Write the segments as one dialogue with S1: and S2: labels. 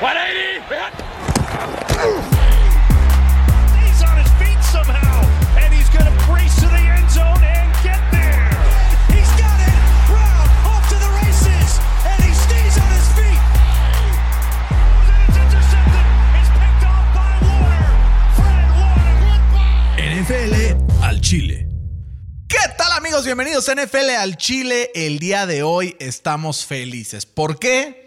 S1: 180.
S2: He's on his feet somehow, and he's going to race to the end zone and get there. He's got it. Brown off to the races, and he stays on his feet. And it's intercepted. It's picked off by Warner. Fred Warner.
S3: NFL al Chile.
S4: ¿Qué tal amigos? Bienvenidos a NFL al Chile. El día de hoy estamos felices. ¿Por qué?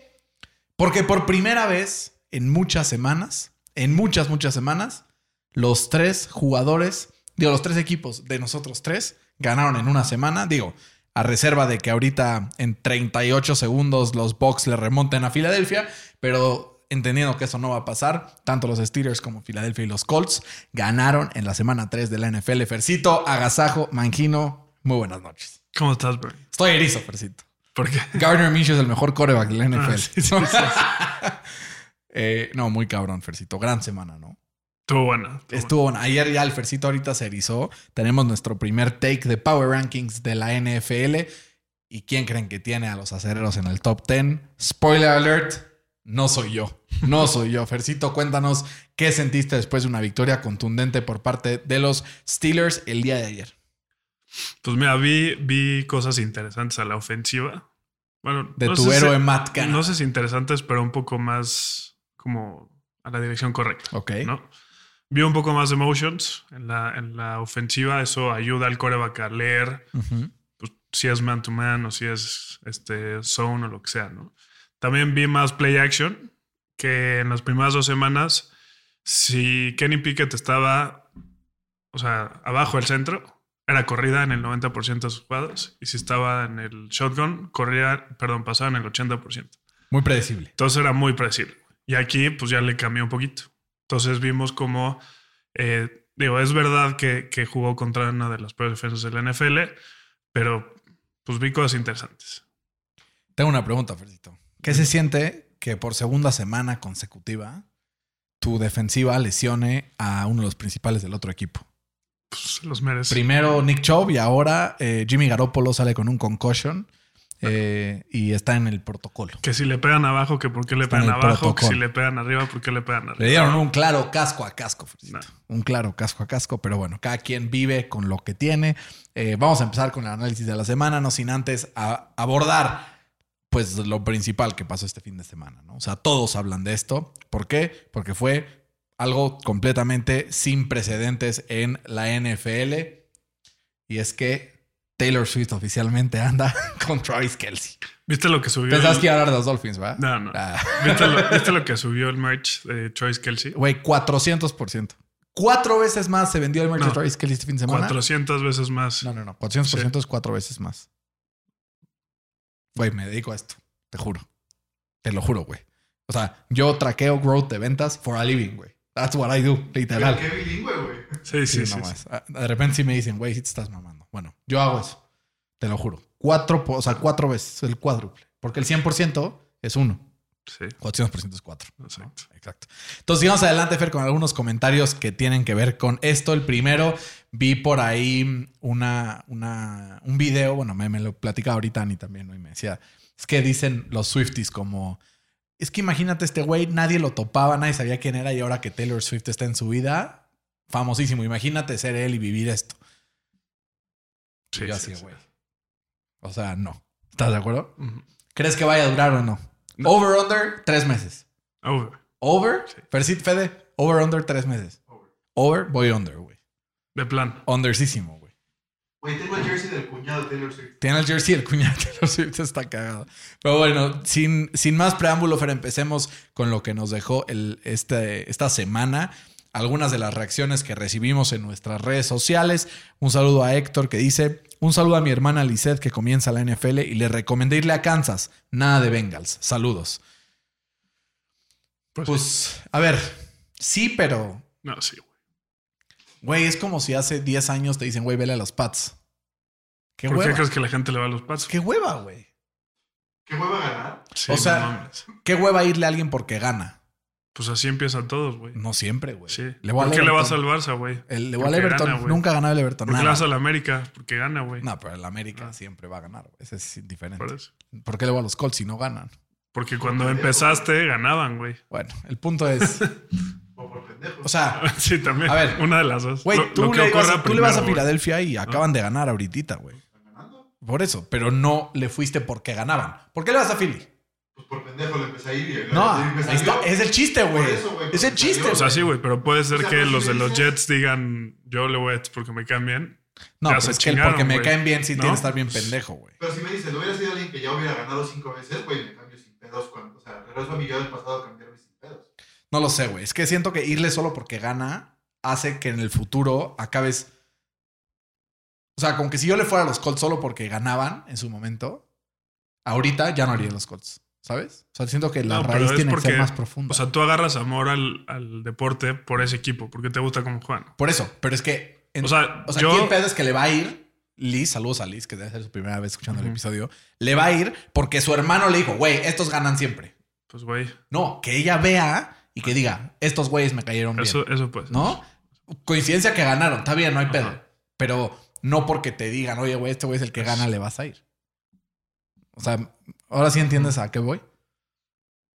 S4: Porque por primera vez en muchas semanas, en muchas, muchas semanas, los tres jugadores, digo, los tres equipos de nosotros tres ganaron en una semana. Digo, a reserva de que ahorita en 38 segundos los Bucks le remonten a Filadelfia, pero entendiendo que eso no va a pasar, tanto los Steelers como Filadelfia y los Colts ganaron en la semana 3 de la NFL. Fercito, Agasajo, Mangino, muy buenas noches.
S3: ¿Cómo estás, bro?
S4: Estoy erizo, Fercito.
S3: ¿Por qué?
S4: Gardner Minshew es el mejor coreback de la NFL.
S3: Ah, sí, sí,
S4: Eh, no, muy cabrón, Fercito. Gran semana, ¿no?
S3: Estuvo buena.
S4: Estuvo bueno. Ayer ya el Fercito ahorita se erizó. Tenemos nuestro primer take de Power Rankings de la NFL. ¿Y quién creen que tiene a los acereros en el top 10? Spoiler alert, no soy yo. No soy yo. Fercito, cuéntanos qué sentiste después de una victoria contundente por parte de los Steelers el día de ayer.
S3: Pues mira, vi, vi cosas interesantes a la ofensiva. Bueno,
S4: De
S3: no
S4: tu
S3: sé si-
S4: héroe Matt Canada.
S3: No sé si interesantes, pero un poco más como a la dirección correcta.
S4: Ok.
S3: ¿no? Vi un poco más de motions en la, en la ofensiva. Eso ayuda al coreback a leer
S4: Ujú.
S3: pues, si es man to man o si es este, zone o lo que sea, ¿no? También vi más play action que en las primeras dos semanas. Si Kenny Pickett estaba, o sea, abajo del centro, era corrida en el 90% de sus jugadas. Y si estaba en el shotgun, corría, perdón, pasaba en el 80%.
S4: Muy predecible.
S3: Entonces era muy predecible. Y aquí, pues ya le cambió un poquito. Entonces vimos como, eh, digo, es verdad que, que jugó contra una de las peores defensas de la NFL, pero pues vi cosas interesantes.
S4: Tengo una pregunta, Fercito. ¿Qué se siente que por segunda semana consecutiva tu defensiva lesione a uno de los principales del otro equipo?
S3: Pues se los merece.
S4: Primero Nick Chubb y ahora eh, Jimmy Garoppolo sale con un concussion eh, y está en el protocolo.
S3: que si le pegan abajo, que por qué le
S4: Está en
S3: pegan
S4: el
S3: abajo, que
S4: protocolo.
S3: si le pegan arriba, por qué le pegan
S4: Le
S3: arriba.
S4: dieron un claro casco a casco, Fercito.
S3: No.
S4: Un claro casco a casco, pero bueno, cada quien vive con lo que tiene. Eh, vamos a empezar con el análisis de la semana, no sin antes a- abordar pues lo principal que pasó este fin de semana, ¿no? O sea, todos hablan de esto. ¿Por qué? Porque fue algo completamente sin precedentes en la NFL. Y es que Taylor Swift oficialmente anda con Travis Kelsey.
S3: ¿Viste lo que subió?
S4: Pensabas
S3: el-
S4: que iba a hablar de los Dolphins, ¿verdad?
S3: No, no.
S4: Ah.
S3: ¿Viste, lo, viste lo que subió el merch de Travis Kelsey?
S4: Güey, 400%. Cuatro veces más se vendió el merch
S3: No.
S4: de Travis Kelly este fin de semana.
S3: 400 veces más.
S4: No, no, no. 400% es cuatro veces más. Güey, me dedico a esto. Te juro. Te lo juro, güey. O sea, yo traqueo growth de ventas for a living, güey. That's what I do, literal.
S5: Qué bilingüe, güey.
S3: Sí,
S4: Sí,
S3: sí, sí. sí.
S4: no más. Ah, De repente sí me dicen, güey, sí te estás mamando. Bueno, yo hago eso. Te lo juro. Cuatro, po- o sea, cuatro veces, el cuádruple. Porque el 100% es uno.
S3: Sí,
S4: 400% es cuatro.
S3: exacto.
S4: Exacto. Entonces, sigamos adelante, Fer, con algunos comentarios que tienen que ver con esto. El primero, vi por ahí una, una, un video, bueno, me, me lo platicaba ahorita Ani también, ¿no? y me decía, es que dicen los Swifties como, es que imagínate este güey, nadie lo topaba, nadie sabía quién era, y ahora que Taylor Swift está en su vida, famosísimo, imagínate ser él y vivir esto. Y
S3: Sí,
S4: yo
S3: sí,
S4: así,
S3: sí.
S4: güey. O sea, no. ¿Estás de acuerdo?
S3: Ujú.
S4: ¿Crees que vaya a durar o no?
S3: No.
S4: Over, under, tres meses.
S3: Over.
S4: Over.
S3: Sí.
S4: Persit Fede. Over, under, tres meses. Over, voy under, güey.
S3: De plan.
S4: Undersísimo, güey.
S5: Güey, tengo el jersey del cuñado de Taylor Swift.
S4: Tiene el jersey, el cuñado de los Swift está cagado. Pero bueno, sin, sin más preámbulo, Fer, empecemos con lo que nos dejó el, este, esta semana. Algunas de las reacciones que recibimos en nuestras redes sociales. Un saludo a Héctor que dice: Un saludo a mi hermana Lisette que comienza la NFL y le recomendé irle a Kansas. Nada de Bengals. Saludos.
S3: Pues, sí.
S4: Pues, a ver, sí, pero
S3: No, sí, güey.
S4: Güey, es como si hace 10 años te dicen, güey, vele a los Pats. Qué
S3: ¿Por qué
S4: hueva.
S3: crees que la gente le va a los pads?
S4: Qué hueva, güey.
S5: ¿Qué hueva ganar?
S3: Sí,
S4: O
S3: no
S4: sea-
S3: mames.
S4: Qué hueva irle a alguien porque gana.
S3: pues así empiezan todos, güey.
S4: No siempre, güey.
S3: Sí.
S4: Le voy
S3: ¿Por
S4: al
S3: qué le vas al
S4: Everton.
S3: Barça, güey?
S4: El- le voy al
S3: Porque
S4: Everton.
S3: gana, güey.
S4: Nunca ganó el Everton.
S3: ¿Por qué le
S4: nada.
S3: vas al América? Porque gana, güey.
S4: No, pero el América
S3: Ah.
S4: siempre va a ganar. güey. Ese es diferente.
S3: Por eso.
S4: ¿Por qué le voy a los Colts si no ganan?
S3: Porque cuando empezaste ganaban, güey.
S4: Bueno, el punto es.
S5: O Pues por pendejo.
S4: O sea,
S3: Sí, también.
S4: A ver.
S3: Una de las dos.
S4: güey,
S3: Lo-
S4: tú,
S3: lo que
S4: le vas,
S3: ocurra
S4: tú le vas a
S3: primero, güey. Ah.
S4: Filadelfia y acaban de ganar ahorita, güey. Por eso, pero no le fuiste porque ganaban. ¿Por qué le vas a Philly?
S5: Pues por pendejo le empecé a ir. y el-
S4: No,
S5: y me
S4: ahí
S5: salió.
S4: está. Es el chiste, güey.
S5: Por eso, güey,
S4: Es el
S5: porque
S4: chiste,
S5: salió.
S3: O sea,
S4: güey.
S3: sí, güey, pero puede ser
S5: O sea,
S3: que
S5: pues,
S3: los
S5: si
S3: de
S5: me
S3: los
S5: dices-
S3: Jets digan, yo le voy a Jets porque me caen bien.
S4: No,
S3: Ya
S4: pero
S3: se
S4: es que el
S3: chingaron,
S4: porque me
S3: güey.
S4: caen bien sí
S3: ¿No? Pues
S4: tiene que estar bien pendejo, güey.
S5: Pero si me dices, lo hubiera sido alguien que ya hubiera ganado cinco veces, güey, me cambio sin pedos. Cuando, o sea, regreso a mi yo del pasado a cambiarme sin pedos.
S4: No lo sé, güey. Es que siento que irle solo porque gana hace que en el futuro acabes. O sea, como que si yo le fuera a los Colts solo porque ganaban en su momento, ahorita ya no haría los Colts, ¿sabes? O sea, siento que la
S3: No, pero
S4: raíz
S3: es
S4: tiene que ser
S3: porque-
S4: más profunda.
S3: O sea, tú agarras amor al, al deporte por ese equipo, porque te gusta como Juan.
S4: Por eso, pero es que. en-
S3: O sea,
S4: O sea,
S3: yo...
S4: aquí el pedo es que le va a ir. Liz, saludos a Liz, que debe ser su primera vez escuchando el
S3: Ujú.
S4: episodio. Le va a ir porque su hermano le dijo, güey, estos ganan siempre.
S3: Pues, güey,
S4: No, que ella vea y que diga, estos güeyes me cayeron bien.
S3: eso, eso pues.
S4: ¿No? Coincidencia que ganaron, está bien, no hay
S3: Ajá.
S4: pedo. Pero no porque te digan, oye, güey, este güey es el que
S3: Pues
S4: gana, le vas a ir. O sea, ahora sí entiendes a qué voy.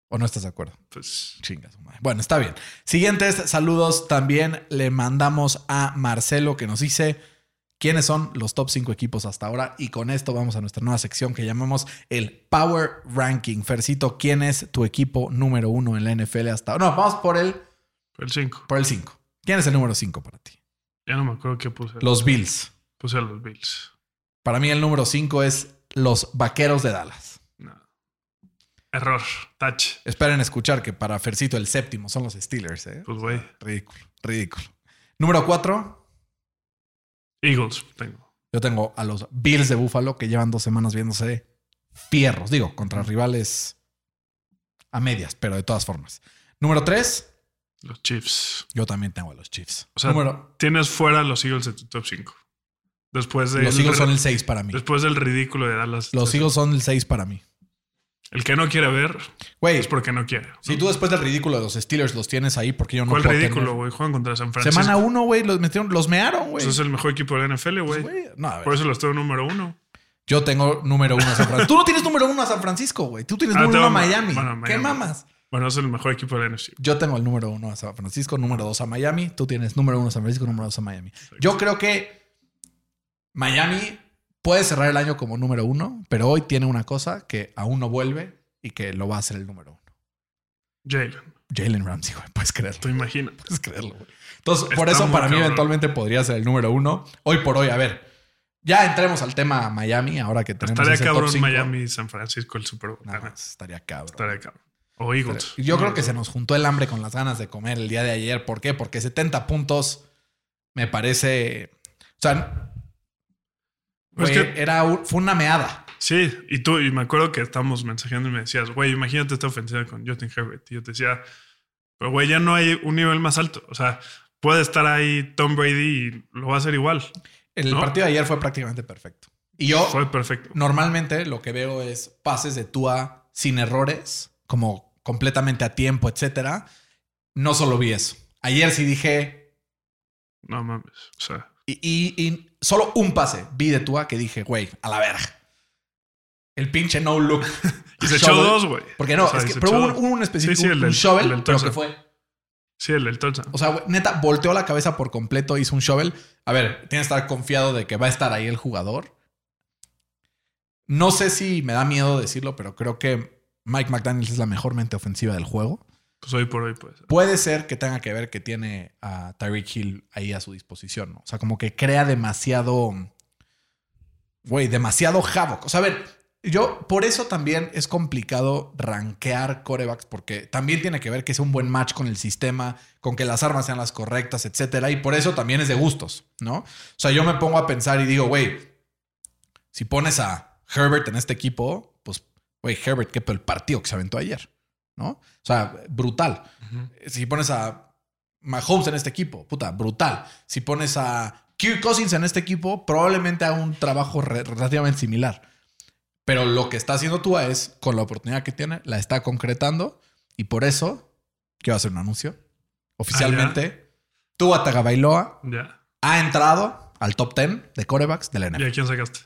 S4: ¿O no estás de acuerdo?
S3: Pues,
S4: Chingas, Bueno, está bien. Siguientes saludos también le mandamos a Marcelo que nos dice quiénes son los top 5 equipos hasta ahora. Y con esto vamos a nuestra nueva sección que llamamos el Power Ranking. Fercito, ¿quién es tu equipo número uno en la NFL hasta ahora? No, vamos por el,
S3: el 5.
S4: por el 5. ¿Quién es el número 5 para ti?
S3: Ya no me acuerdo qué puse.
S4: Los Bills.
S3: Puse a Pues los Bills.
S4: Para mí el número 5 es los Vaqueros de Dallas.
S3: No. Error. Touch.
S4: Esperen escuchar que para Fercito el séptimo son los Steelers. ¿eh?
S3: Pues, güey.
S4: Ridículo, ridículo. Número 4,
S3: Eagles tengo.
S4: Yo tengo a los Bills de Buffalo que llevan dos semanas viéndose fierros, digo, contra rivales a medias, pero de todas formas. Número tres,
S3: Los Chiefs.
S4: yo también tengo a los Chiefs.
S3: O sea,
S4: Número-
S3: Tienes fuera a los Eagles de tu top 5. Después de
S4: los Eagles son el seis para mí.
S3: Después del ridículo de Dallas.
S4: Los Eagles son el seis para mí.
S3: El que no quiere ver
S4: Güey,
S3: es porque no quiere.
S4: si tú después del ridículo de los Steelers los tienes ahí, porque yo no
S3: ¿Cuál
S4: puedo
S3: ridículo,
S4: tener-
S3: güey? Juegan contra San Francisco.
S4: Semana uno, güey, los metieron, los mearon,
S3: Pues
S4: güey.
S3: es el mejor equipo de la NFL,
S4: Pues,
S3: güey.
S4: güey, no, a ver.
S3: Por eso los tengo número uno.
S4: Yo tengo número uno a San Francisco. tú no tienes número uno a San Francisco, güey. Tú tienes
S3: Ah,
S4: número uno a
S3: tengo-
S4: Miami.
S3: bueno, Miami.
S4: ¿Qué mamas?
S3: Bueno, es el mejor equipo de la NFC.
S4: Yo tengo el número uno a San Francisco, número dos a Miami. Tú tienes número uno a San Francisco, número dos a Miami. Yo creo que Miami puede cerrar el año como número uno, pero hoy tiene una cosa que aún no vuelve y que lo va a hacer el número uno.
S3: Jalen,
S4: Jalen Ramsey, güey. Puedes creerlo.
S3: tú imaginas.
S4: Puedes creerlo, güey. Entonces, por
S3: Está
S4: eso
S3: muy
S4: para mí
S3: cabrón.
S4: eventualmente podría ser el número uno. Hoy por hoy, a ver. Ya entremos al tema Miami, ahora que tenemos
S3: Estaría
S4: ese top
S3: cabrón
S4: cinco.
S3: Miami y San Francisco el Super Bowl.
S4: Nada
S3: Ah, no.
S4: más, estaría cabrón.
S3: Estaría cabrón. O Eagles.
S4: Yo creo que se nos juntó el hambre con las ganas de comer el día de ayer. ¿Por qué? Porque 70 puntos me parece. O sea,
S3: Pues
S4: güey,
S3: que-
S4: era un- fue una meada.
S3: Sí, y tú, y me acuerdo que estábamos mensajeando y me decías, güey, imagínate esta ofensiva con Justin Herbert. Y yo te decía, pero güey, ya no hay un nivel más alto. O sea, puede estar ahí Tom Brady y lo va a hacer igual.
S4: El
S3: ¿No?
S4: partido de ayer fue prácticamente perfecto. Y yo
S3: Fue perfecto.
S4: normalmente lo que veo es pases de Tua sin errores, como completamente a tiempo, etcétera. No solo vi eso. Ayer sí dije,
S3: No mames. O sea,
S4: y, y- y solo un pase vi de Tua que dije, güey, a la verga. El pinche no look.
S3: y se echó
S4: Shovel.
S3: dos, güey.
S4: Porque no,
S3: O sea,
S4: es
S3: y
S4: que,
S3: se
S4: pero
S3: echó
S4: hubo un,
S3: dos.
S4: hubo un específico,
S3: Sí, sí, el
S4: un
S3: del-
S4: shovel,
S3: el del
S4: pero
S3: Tulsa.
S4: que fue.
S3: Sí, el del touchdown.
S4: O sea, güey, neta, volteó la cabeza por completo, hizo un shovel. A ver, tienes que estar confiado de que va a estar ahí el jugador. No sé si me da miedo decirlo, pero creo que Mike McDaniels es la mejor mente ofensiva del juego.
S3: Pues hoy por hoy, pues.
S4: Puede ser que tenga que ver que tiene a Tyreek Hill ahí a su disposición, ¿no? O sea, como que crea demasiado. Güey, demasiado havoc. O sea, a ver, yo por eso también es complicado rankear corebacks, porque también tiene que ver que sea un buen match con el sistema, con que las armas sean las correctas, etcétera. Y por eso también es de gustos, ¿no? O sea, yo me pongo a pensar y digo, güey, si pones a Herbert en este equipo, pues, güey, Herbert, qué el partido que se aventó ayer, ¿no? O sea, brutal.
S3: Ujú.
S4: Si pones a Mahomes en este equipo, puta, brutal. Si pones a Kirk Cousins en este equipo, probablemente haga un trabajo re- relativamente similar. Pero lo que está haciendo Tua es, con la oportunidad que tiene, la está concretando. Y por eso, quiero hacer un anuncio. Oficialmente, Tua Tagabailoa
S3: Ya.
S4: ha entrado al top 10 de corebacks de la
S3: ¿Y
S4: NFL.
S3: a quién sacaste?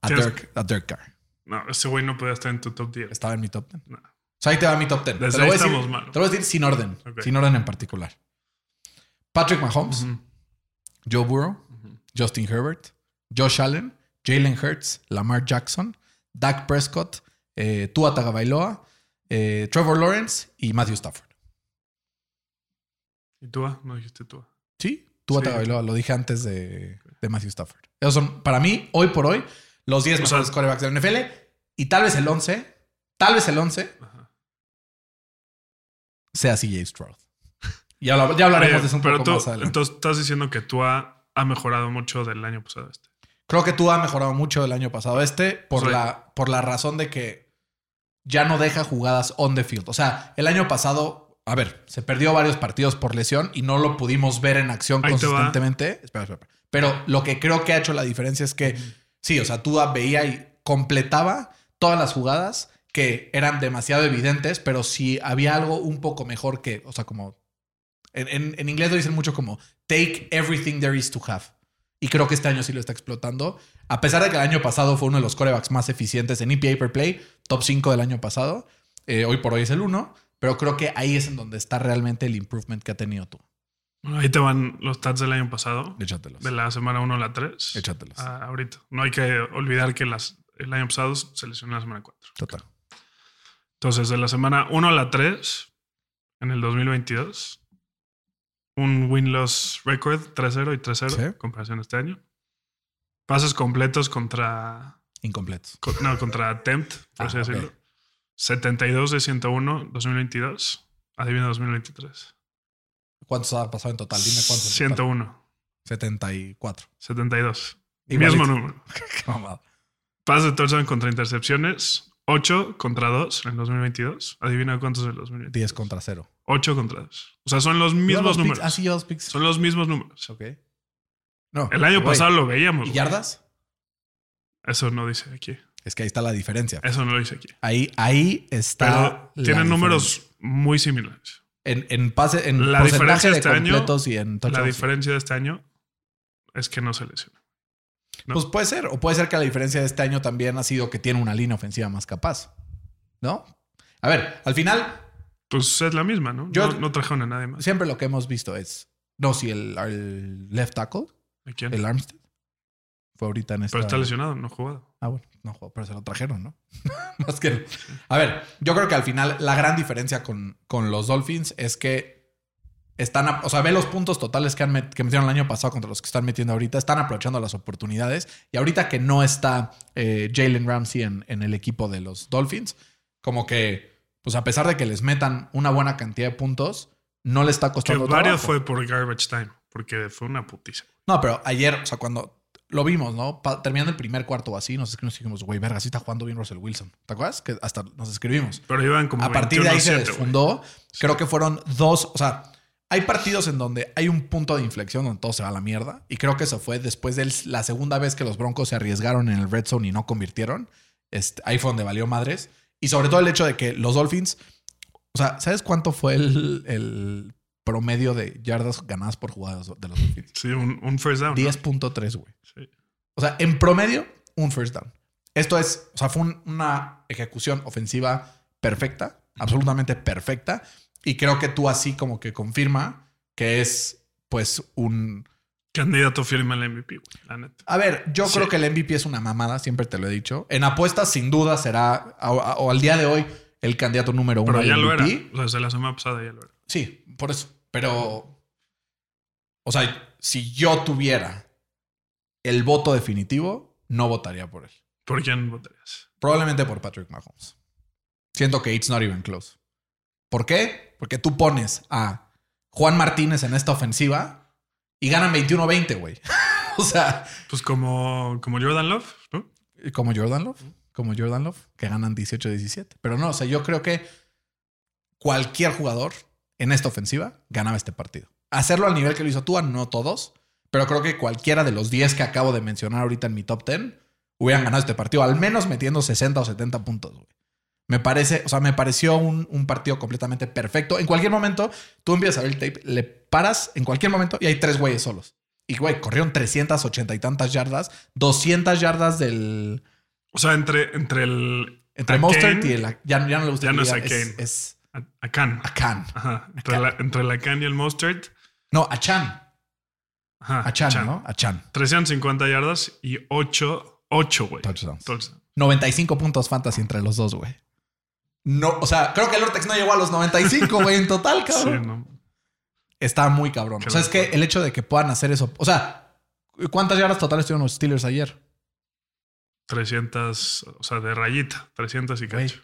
S4: A
S3: tienes-
S4: Dirk, a Dirk Carr.
S3: No, ese güey no podía estar en tu top 10.
S4: Estaba en mi top 10.
S3: No.
S4: O sea, ahí te va mi top 10.
S3: Desde
S4: te lo
S3: ahí
S4: voy a decir-
S3: estamos mal.
S4: Te lo voy a decir sin orden.
S3: Ok.
S4: Sin orden en particular. Patrick Mahomes,
S3: Ujú.
S4: Joe Burrow, Justin Herbert, Josh Allen, Jalen Hurts, Lamar Jackson, Dak Prescott, eh, Tua Tagovailoa, eh, Trevor Lawrence y Matthew Stafford.
S3: ¿Y tú? ah? No dijiste tú. ah.
S4: Sí, Tua
S3: Sí.
S4: Tagovailoa. Lo dije antes de, de Matthew Stafford. Esos son, para mí, hoy por hoy, los 10
S3: O
S4: mejores
S3: sea,
S4: quarterbacks de la NFL y tal vez el 11, tal vez el 11
S3: Ajá.
S4: sea CJ Stroud. Ya, habla- ya hablaremos
S3: Oye,
S4: de eso un
S3: pero
S4: poco
S3: tú,
S4: más adelante.
S3: entonces estás diciendo que tú ha, ha mejorado mucho del año pasado este.
S4: Creo que tú has mejorado mucho el año pasado este por,
S3: Sí.
S4: la, por la razón de que ya no deja jugadas on the field. O sea, el año pasado, a ver, se perdió varios partidos por lesión y no lo pudimos ver en acción
S3: Ahí te va.
S4: consistentemente. Espera, espera, espera. Pero lo que creo que ha hecho la diferencia es que sí, o sea, tú veía y completaba todas las jugadas que eran demasiado evidentes, pero si había algo un poco mejor que, o sea, como en, en- en inglés lo dicen mucho como take everything there is to have. Y creo que este año sí lo está explotando. A pesar de que el año pasado fue uno de los corebacks más eficientes en EPA per play, top 5 del año pasado, eh, hoy por hoy es el 1, pero creo que ahí es en donde está realmente el improvement que ha tenido tú.
S3: Bueno, ahí te van los stats del año pasado.
S4: Échatelos.
S3: De la Ah. semana 1 a la 3.
S4: Échatelos.
S3: ahorita. No hay que olvidar que las, el año pasado se lesionó la semana 4.
S4: Total.
S3: Entonces, de la semana 1 a la 3, en el 2022, un win-loss record 3-0 y 3-0,
S4: Sí.
S3: en comparación a este año. Pases completos contra,
S4: Incompletos.
S3: co- no, contra Attempt,
S4: Ah,
S3: por así
S4: ok.
S3: decirlo. 72 de 101, 2022. Adivina 2023.
S4: ¿Cuántos ha pasado en total? Dime cuántos. en total.
S3: 101,
S4: 74.
S3: 72.
S4: Igualito.
S3: Mismo número.
S4: Qué mamada.
S3: Pases de touchdown contra intercepciones. 8 contra 2 en 2022. Adivina cuántos en 2022.
S4: 10 contra 0.
S3: 8 contra 2. O sea, son los mismos números.
S4: Así lleva dos picks.
S3: Son los mismos números.
S4: Ok. No.
S3: El año
S4: güey.
S3: pasado lo veíamos.
S4: ¿Y
S3: güey.
S4: yardas?
S3: Eso no dice aquí.
S4: Es que ahí está la diferencia.
S3: Eso no lo dice aquí.
S4: Ahí, ahí está.
S3: Eh, Pero
S4: la
S3: tienen
S4: diferencia.
S3: números muy similares.
S4: En, en pase, en
S3: La
S4: porcentaje
S3: diferencia
S4: de
S3: este año-
S4: completos y en
S3: La
S4: touchdowns.
S3: diferencia de este año es que no se lesiona. ¿no?
S4: Pues puede ser. O puede ser que la diferencia de este año también ha sido que tiene una línea ofensiva más capaz. ¿No? A ver, al final,
S3: Pues es la misma, ¿no?
S4: Yo-
S3: no, no trajeron a nadie más.
S4: siempre lo que hemos visto es. No, si el, el left tackle,
S3: ¿A quién?
S4: el Armstead, fue ahorita en esta.
S3: Pero está lesionado, no ha jugado.
S4: Ah, bueno, no, jo, pero se lo trajeron, ¿no? Más que. A ver, yo creo que al final la gran diferencia con, con los Dolphins es que están. a- O sea, ve los puntos totales que, han met- que metieron el año pasado contra los que están metiendo ahorita. Están aprovechando las oportunidades. Y ahorita que no está eh, Jalen Ramsey en, en el equipo de los Dolphins, como que, pues a pesar de que les metan una buena cantidad de puntos, no le está
S3: Que
S4: costando
S3: varios
S4: trabajo.
S3: fue por garbage time, porque fue una putiza.
S4: No, pero ayer, o sea, cuando lo vimos, ¿no? Pa- terminando el primer cuarto o así, nos escribimos y dijimos, güey, verga, sí está jugando bien Russell Wilson. ¿Te acuerdas? Que hasta nos escribimos.
S3: Pero iban como
S4: A partir de ahí se
S3: 21-7, güey.
S4: desfundó. Creo que fueron dos, o sea, hay partidos en donde hay un punto de inflexión donde todo se va a la mierda. Y creo que eso fue después de la segunda vez que los Broncos se arriesgaron en el red zone y no convirtieron. Este, ahí fue donde valió madres. Y sobre todo el hecho de que los Dolphins, o sea, ¿sabes cuánto fue el, el promedio de yardas ganadas por jugadas de los Dolphins?
S3: Sí, un, un first down. ¿no?
S4: 10.3, güey.
S3: Sí.
S4: O sea, en promedio, un first down. Esto es, o sea, fue un- una ejecución ofensiva perfecta, absolutamente perfecta. Y creo que tú así como que confirma que es, pues, un...
S3: Candidato firme al MVP, güey, la neta.
S4: A ver, yo
S3: Sí.
S4: creo que el MVP es una mamada, siempre te lo he dicho. En apuestas, sin duda, será, o, o al día de hoy, el candidato número uno.
S3: Pero
S4: al
S3: ya lo era.
S4: MVP.
S3: O sea, desde la semana pasada ya lo era.
S4: Sí, por eso. Pero, o sea, si yo tuviera el voto definitivo, no votaría por él.
S3: ¿Por quién votarías?
S4: Probablemente por Patrick Mahomes. Siento que it's not even close. ¿Por qué? Porque tú pones a Juan Martínez en esta ofensiva y ganan 21-20, güey. o sea,
S3: Pues como, como Jordan Love, ¿no?
S4: como Jordan Love, como Jordan Love, que ganan 18-17. Pero no, o sea, yo creo que cualquier jugador en esta ofensiva ganaba este partido. Hacerlo al nivel que lo hizo Tua, no todos, pero creo que cualquiera de los 10 que acabo de mencionar ahorita en mi top 10 hubieran ganado este partido, al menos metiendo 60 o 70 puntos, güey. Me parece, o sea, me pareció un, un partido completamente perfecto. En cualquier momento, tú empiezas a ver el tape, le paras en cualquier momento y hay tres güeyes solos. Y güey, corrieron 380 y tantas yardas, 200 yardas del,
S3: O sea, entre, entre el.
S4: Entre
S3: a
S4: Mostert
S3: Kane,
S4: y el. Ya, ya no le gusta
S3: Ya
S4: que
S3: no es
S4: digan,
S3: a Kane.
S4: Es, es
S3: A, a Khan.
S4: a Khan.
S3: Ajá. Entre, la, entre la Khan y el Mustard.
S4: No, a Chan.
S3: Ajá.
S4: A Chan,
S3: Ah, Chan.
S4: ¿no? A Chan.
S3: 350 yardas y 8, 8, güey.
S4: Touchdowns.
S3: Touchdown.
S4: 95 puntos fantasy entre los dos, güey. No, o sea, creo que el Ortex no llegó a los 95, güey, en total,
S3: Sí,
S4: cabrón.
S3: no.
S4: Está muy cabrón.
S3: Qué
S4: o sea, es que
S3: locura.
S4: el hecho de que puedan hacer eso. O sea, ¿cuántas yardas totales tuvieron los Steelers ayer?
S3: 300, o sea, de rayita, 300 y cacho.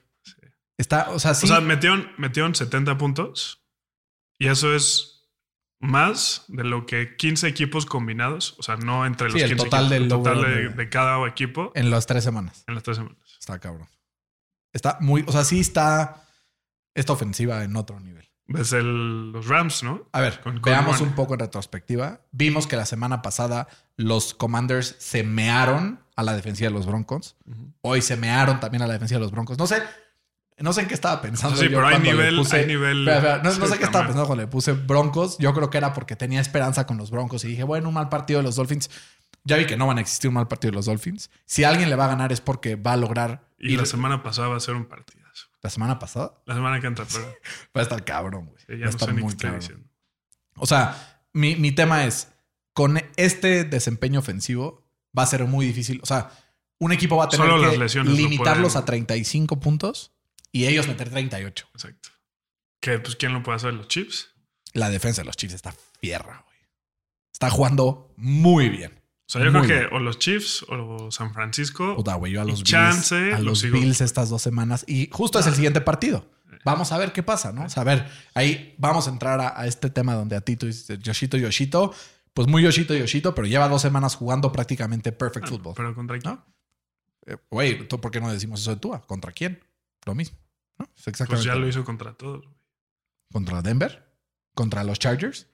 S4: Está, o sea, sí.
S3: O sea, metieron, metieron 70 puntos y eso es más de lo que 15 equipos combinados, o sea, no entre los
S4: Sí, el
S3: 15
S4: total
S3: equipos,
S4: del
S3: el total de,
S4: overall de-
S3: de cada equipo
S4: en las tres semanas.
S3: en las tres semanas.
S4: Está cabrón. Está muy, o sea, sí está esta ofensiva en otro nivel.
S3: Desde el- los Rams, ¿no?
S4: A ver,
S3: Con- con
S4: veamos
S3: Warner.
S4: un poco en retrospectiva. Vimos que la semana pasada los Commanders se mearon a la defensiva de los Broncos.
S3: Ujú.
S4: Hoy se mearon también a la defensa de los Broncos. No sé, no sé en qué estaba pensando.
S3: Sí,
S4: yo
S3: pero hay
S4: cuando le
S3: nivel,
S4: puse-
S3: hay nivel.
S4: Espera, espera, no, no
S3: Sí,
S4: sé qué estaba
S3: también.
S4: pensando cuando le puse Broncos. Yo creo que era porque tenía esperanza con los Broncos y dije, bueno, un mal partido de los Dolphins. Ya vi que no van a existir un mal partido de los Dolphins. Si alguien le va a ganar es porque va a lograr
S3: Y
S4: ir
S3: la semana pasada va a ser un partidazo.
S4: la semana pasada.
S3: La semana que entra, pero
S4: Va a estar cabrón, güey.
S3: eh,
S4: Va a
S3: ya no
S4: estar
S3: sé ni qué
S4: muy
S3: estoy
S4: cabrón.
S3: diciendo.
S4: O sea, mi, mi tema es, con este desempeño ofensivo va a ser muy difícil. O sea, un equipo va a tener
S3: Solo las
S4: que
S3: lesiones lo
S4: limitarlos
S3: pueden-
S4: a 35 puntos y ellos meter 38.
S3: Exacto. Que pues quién lo puede hacer los Chips.
S4: La defensa de los Chiefs está fierra, güey. Está jugando muy bien.
S3: O sea, yo
S4: Muy
S3: creo que o los Chiefs o San Francisco.
S4: Puta, güey, yo a
S3: Y
S4: los Bills,
S3: chance, Ah.
S4: a los
S3: los Eagles.
S4: Bills estas dos semanas y justo es el siguiente partido. Vamos a ver qué pasa, ¿no? O sea, a ver, ahí vamos a entrar a, a este tema donde a ti tú dices Yoshito Yoshito, pues muy Yoshito Yoshito, pero lleva dos semanas jugando prácticamente perfect
S3: Ah,
S4: football.
S3: Pero contra quién?
S4: ¿No? Eh, Güey, ¿tú por qué no decimos eso de Tua? ¿Contra quién? Lo mismo. ¿no? Es
S3: Pues
S4: exactamente.
S3: ya lo hizo contra todos. güey.
S4: ¿Contra Denver? ¿Contra los Chargers?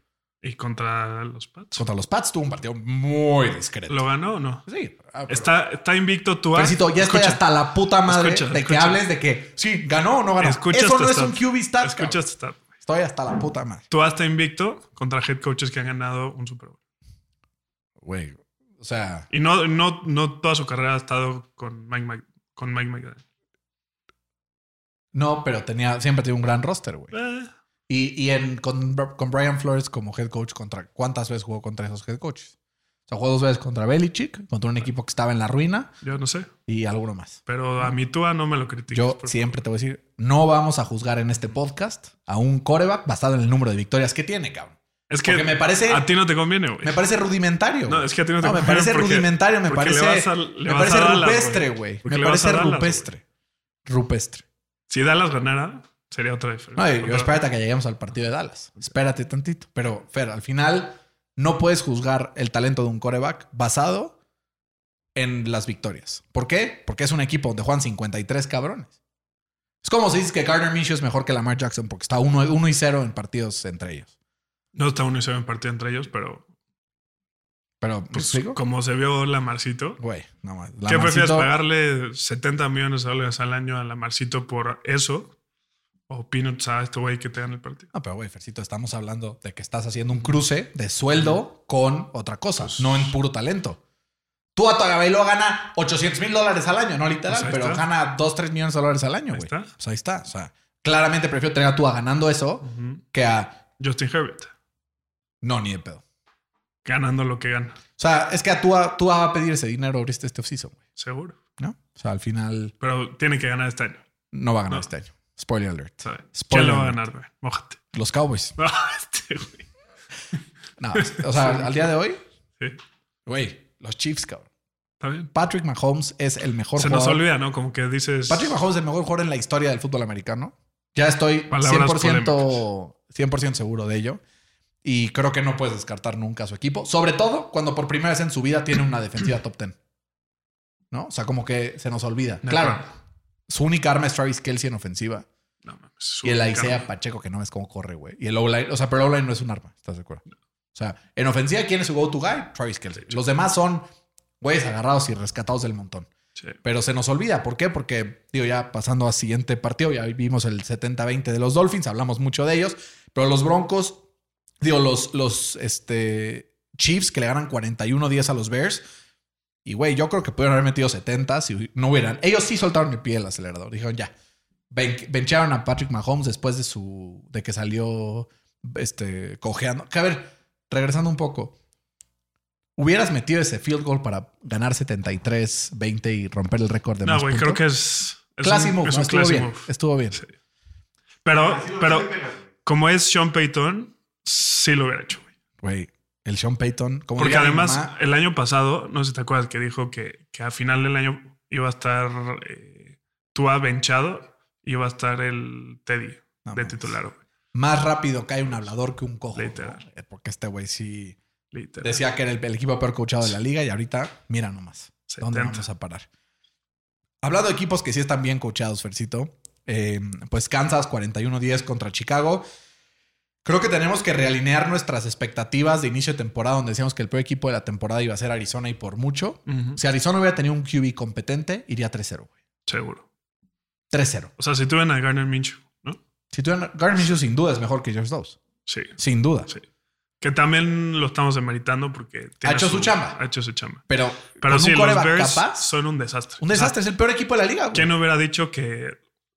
S3: Y contra los Pats.
S4: Contra los Pats tuvo un partido muy discreto.
S3: ¿Lo ganó o no?
S4: Sí. ah, pero-
S3: Está, está invicto Tua.
S4: Felicito, ya estoy
S3: Escucha,
S4: hasta la puta madre
S3: Escucha,
S4: de que
S3: escucha.
S4: hables de que sí, ganó o no ganó.
S3: Escucha
S4: Eso no
S3: este
S4: es un
S3: stat.
S4: QB stat.
S3: Escucha
S4: cabrón.
S3: este stat, güey.
S4: Estoy hasta la puta madre.
S3: Tua está invicto contra head coaches que han ganado un Super Bowl.
S4: Güey, o sea,
S3: Y no, no, no toda su carrera ha estado con Mike, Mc- con Mike McDaniel.
S4: no, pero tenía siempre tiene un gran roster, güey.
S3: Eh,
S4: Y, y en, con, con Brian Flores como head coach contra cuántas veces jugó contra esos head coaches. O sea, jugó dos veces contra Belichick, contra un equipo que estaba en la ruina
S3: yo no sé.
S4: y alguno más.
S3: Pero a mi Tua no me lo critiques.
S4: Yo
S3: por favor.
S4: siempre te voy a decir, no vamos a juzgar en este podcast a un coreback basado en el número de victorias que tiene, cabrón.
S3: Es que
S4: porque me parece-
S3: a ti no te conviene, güey.
S4: Me parece rudimentario.
S3: No,
S4: güey.
S3: es que a ti no te
S4: me
S3: conviene
S4: parece
S3: porque-
S4: rudimentario, me
S3: porque le
S4: parece.
S3: vas a- le
S4: me
S3: vas
S4: parece
S3: a Dallas,
S4: rupestre,
S3: güey.
S4: güey.
S3: Porque
S4: Me
S3: le vas a
S4: parece
S3: Dallas, güey.
S4: rupestre. Rupestre.
S3: Si Dallas ganara, sería otra diferencia.
S4: No, y- yo
S3: Otra-
S4: espérate a que lleguemos al partido de Dallas. Espérate tantito. Pero, Fer, al final no puedes juzgar el talento de un coreback basado en las victorias. ¿Por qué? Porque es un equipo donde juegan 53 cabrones. Es como si dices que Gardner Minshew es mejor que Lamar Jackson porque está 1 uno, uno y 0 en partidos entre ellos.
S3: No está uno y cero en partido entre ellos, pero
S4: Pero, ¿me
S3: pues,
S4: explico?
S3: como se vio Lamarcito.
S4: Güey, no más.
S3: ¿Qué prefieres
S4: Lamarcito-
S3: pagarle 70 millones de dólares al año a Lamarcito por eso? ¿O peanuts a este güey que te gana el partido?
S4: No, pero güey, Fercito, estamos hablando de que estás haciendo un cruce de sueldo con otra cosa,
S3: Pues,
S4: no en puro talento. Tú a Tagabelo gana 800 mil dólares al año, no literal,
S3: Pues ahí
S4: pero
S3: está.
S4: gana 2, 3 millones de dólares al año,
S3: Ahí
S4: güey.
S3: está.
S4: Pues ahí está. O sea, claramente prefiero tener a Tua ganando eso
S3: Ujú.
S4: que a...
S3: Justin Herbert,
S4: No, ni de pedo.
S3: ganando lo que gana,
S4: O sea, es que a Tua, Tua va a pedir ese dinero ahorita este offseason, güey.
S3: seguro.
S4: ¿No? O sea, al final
S3: Pero tiene que ganar este año.
S4: no va a ganar
S3: No.
S4: este año. Spoiler alert.
S3: ¿sabe?
S4: Spoiler
S3: ¿Quién lo va a
S4: alert.
S3: ganar, güey? Mójate.
S4: Los Cowboys.
S3: No, este güey.
S4: No, o sea, al día de hoy,
S3: Sí,
S4: güey, los Chiefs, cabrón.
S3: está bien.
S4: Patrick Mahomes es el mejor
S3: Se nos
S4: jugador
S3: olvida, ¿no? Como que dices.
S4: Patrick Mahomes es el mejor jugador en la historia del fútbol americano. Ya estoy
S3: Palabras
S4: 100%, 100 seguro de ello. Y creo que no puedes descartar nunca a su equipo. Sobre todo cuando por primera vez en su vida tiene una defensiva top 10. ¿No? O sea, como que se nos olvida.
S3: De
S4: claro.
S3: acuerdo.
S4: Su única arma es Travis Kelsey en ofensiva.
S3: No, mames, su
S4: y el
S3: cara.
S4: Isaiah Pacheco, que no ves cómo corre, güey. Y el O-line. O sea, pero el O-line no es un arma. ¿Estás de acuerdo? O sea, en ofensiva, ¿quién es su go-to guy? Travis Kelsey. Los demás son güeyes agarrados y rescatados del montón.
S3: Sí.
S4: Pero se nos olvida. ¿Por qué? Porque, digo, ya pasando al siguiente partido, ya vimos el 70-20 de los Dolphins, hablamos mucho de ellos, pero los Broncos, digo, los, los este, Chiefs que le ganan 41-10 a los Bears. Y güey, yo creo que pudieron haber metido 70 si no hubieran. Ellos sí soltaron mi pie el acelerador. Dijeron ya. Ben- Bencharon a Patrick Mahomes después de su. de que salió este, cojeando. Que a ver, regresando un poco. Hubieras metido ese field goal para ganar 73, 20 y romper el récord de
S3: No,
S4: más
S3: güey,
S4: puntos?
S3: creo que es. es
S4: Classy
S3: un-
S4: move,
S3: es
S4: ¿no?
S3: un
S4: estuvo
S3: classy
S4: bien.
S3: move.
S4: Estuvo bien.
S3: Sí.
S4: Oh,
S3: Pero,
S5: Así lo- así
S3: pero
S5: le pegas, güey.
S3: como es Sean Payton, sí lo hubiera hecho, güey.
S4: Güey, el Sean Payton. Como
S3: Porque
S4: diría mi
S3: además,
S4: mamá,
S3: el año pasado, no sé si te acuerdas que dijo que, que a final del año iba a estar eh, Tua benchado y iba a estar el Teddy
S4: no
S3: de
S4: mames,
S3: titular, güey.
S4: Más rápido cae un hablador que un cojo.
S3: Literal.
S4: ¿no? Porque este güey sí.
S3: Literal.
S4: Decía que era el, el equipo peor coachado de la liga y ahorita, mira nomás, ¿dónde
S3: 70.
S4: vamos a parar? Hablando de equipos que sí están bien coachados, Fercito, eh, pues Kansas 41-10 contra Chicago. Creo que tenemos que realinear nuestras expectativas de inicio de temporada, donde decíamos que el peor equipo de la temporada iba a ser Arizona y por mucho.
S3: Ujú,
S4: Si Arizona hubiera tenido un QB competente, iría 3-0, güey.
S3: Seguro.
S4: 3-0.
S3: O sea, si tuvieran a Garner Minshew, ¿no?
S4: Si tuvieran Garner Minshew, sin duda es mejor que Josh Dobbs.
S3: Sí.
S4: Sin duda.
S3: Sí. Que también lo estamos demeritando porque tiene
S4: hecho su chamba.
S3: Ha hecho su chamba.
S4: Pero,
S3: Pero
S4: con
S3: sí,
S4: un
S3: los
S4: coreback
S3: Bears
S4: capaz,
S3: son un desastre.
S4: un
S3: O sea,
S4: desastre. Es el peor equipo de la liga, güey.
S3: ¿Quién hubiera dicho que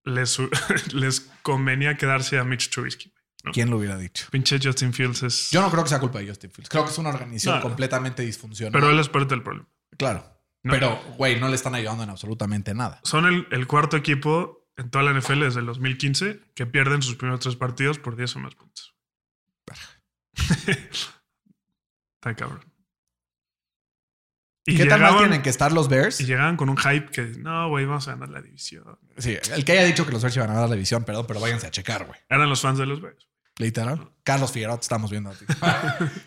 S3: les, les convenía quedarse a Mitch Trubisky?
S4: ¿Quién lo hubiera dicho?
S3: Pinche Justin Fields es.
S4: Yo no creo que sea culpa de Justin Fields. Creo que es una organización
S3: No, no.
S4: completamente disfuncional.
S3: Pero él es parte del problema.
S4: claro.
S3: No.
S4: Pero, güey, no le están ayudando en absolutamente nada.
S3: Son el, el cuarto equipo en toda la NFL desde el 2015 que pierden sus primeros tres partidos por 10 o más puntos. Está cabrón.
S4: ¿Qué tan mal tienen que estar los Bears?
S3: Y llegaban con un hype que no, güey, vamos a ganar la división.
S4: Sí, el que haya dicho que los Bears iban a ganar la división, perdón, pero váyanse a checar, güey.
S3: Eran los fans de los Bears.
S4: Literal. Carlos Figueroa, te estamos viendo a ti.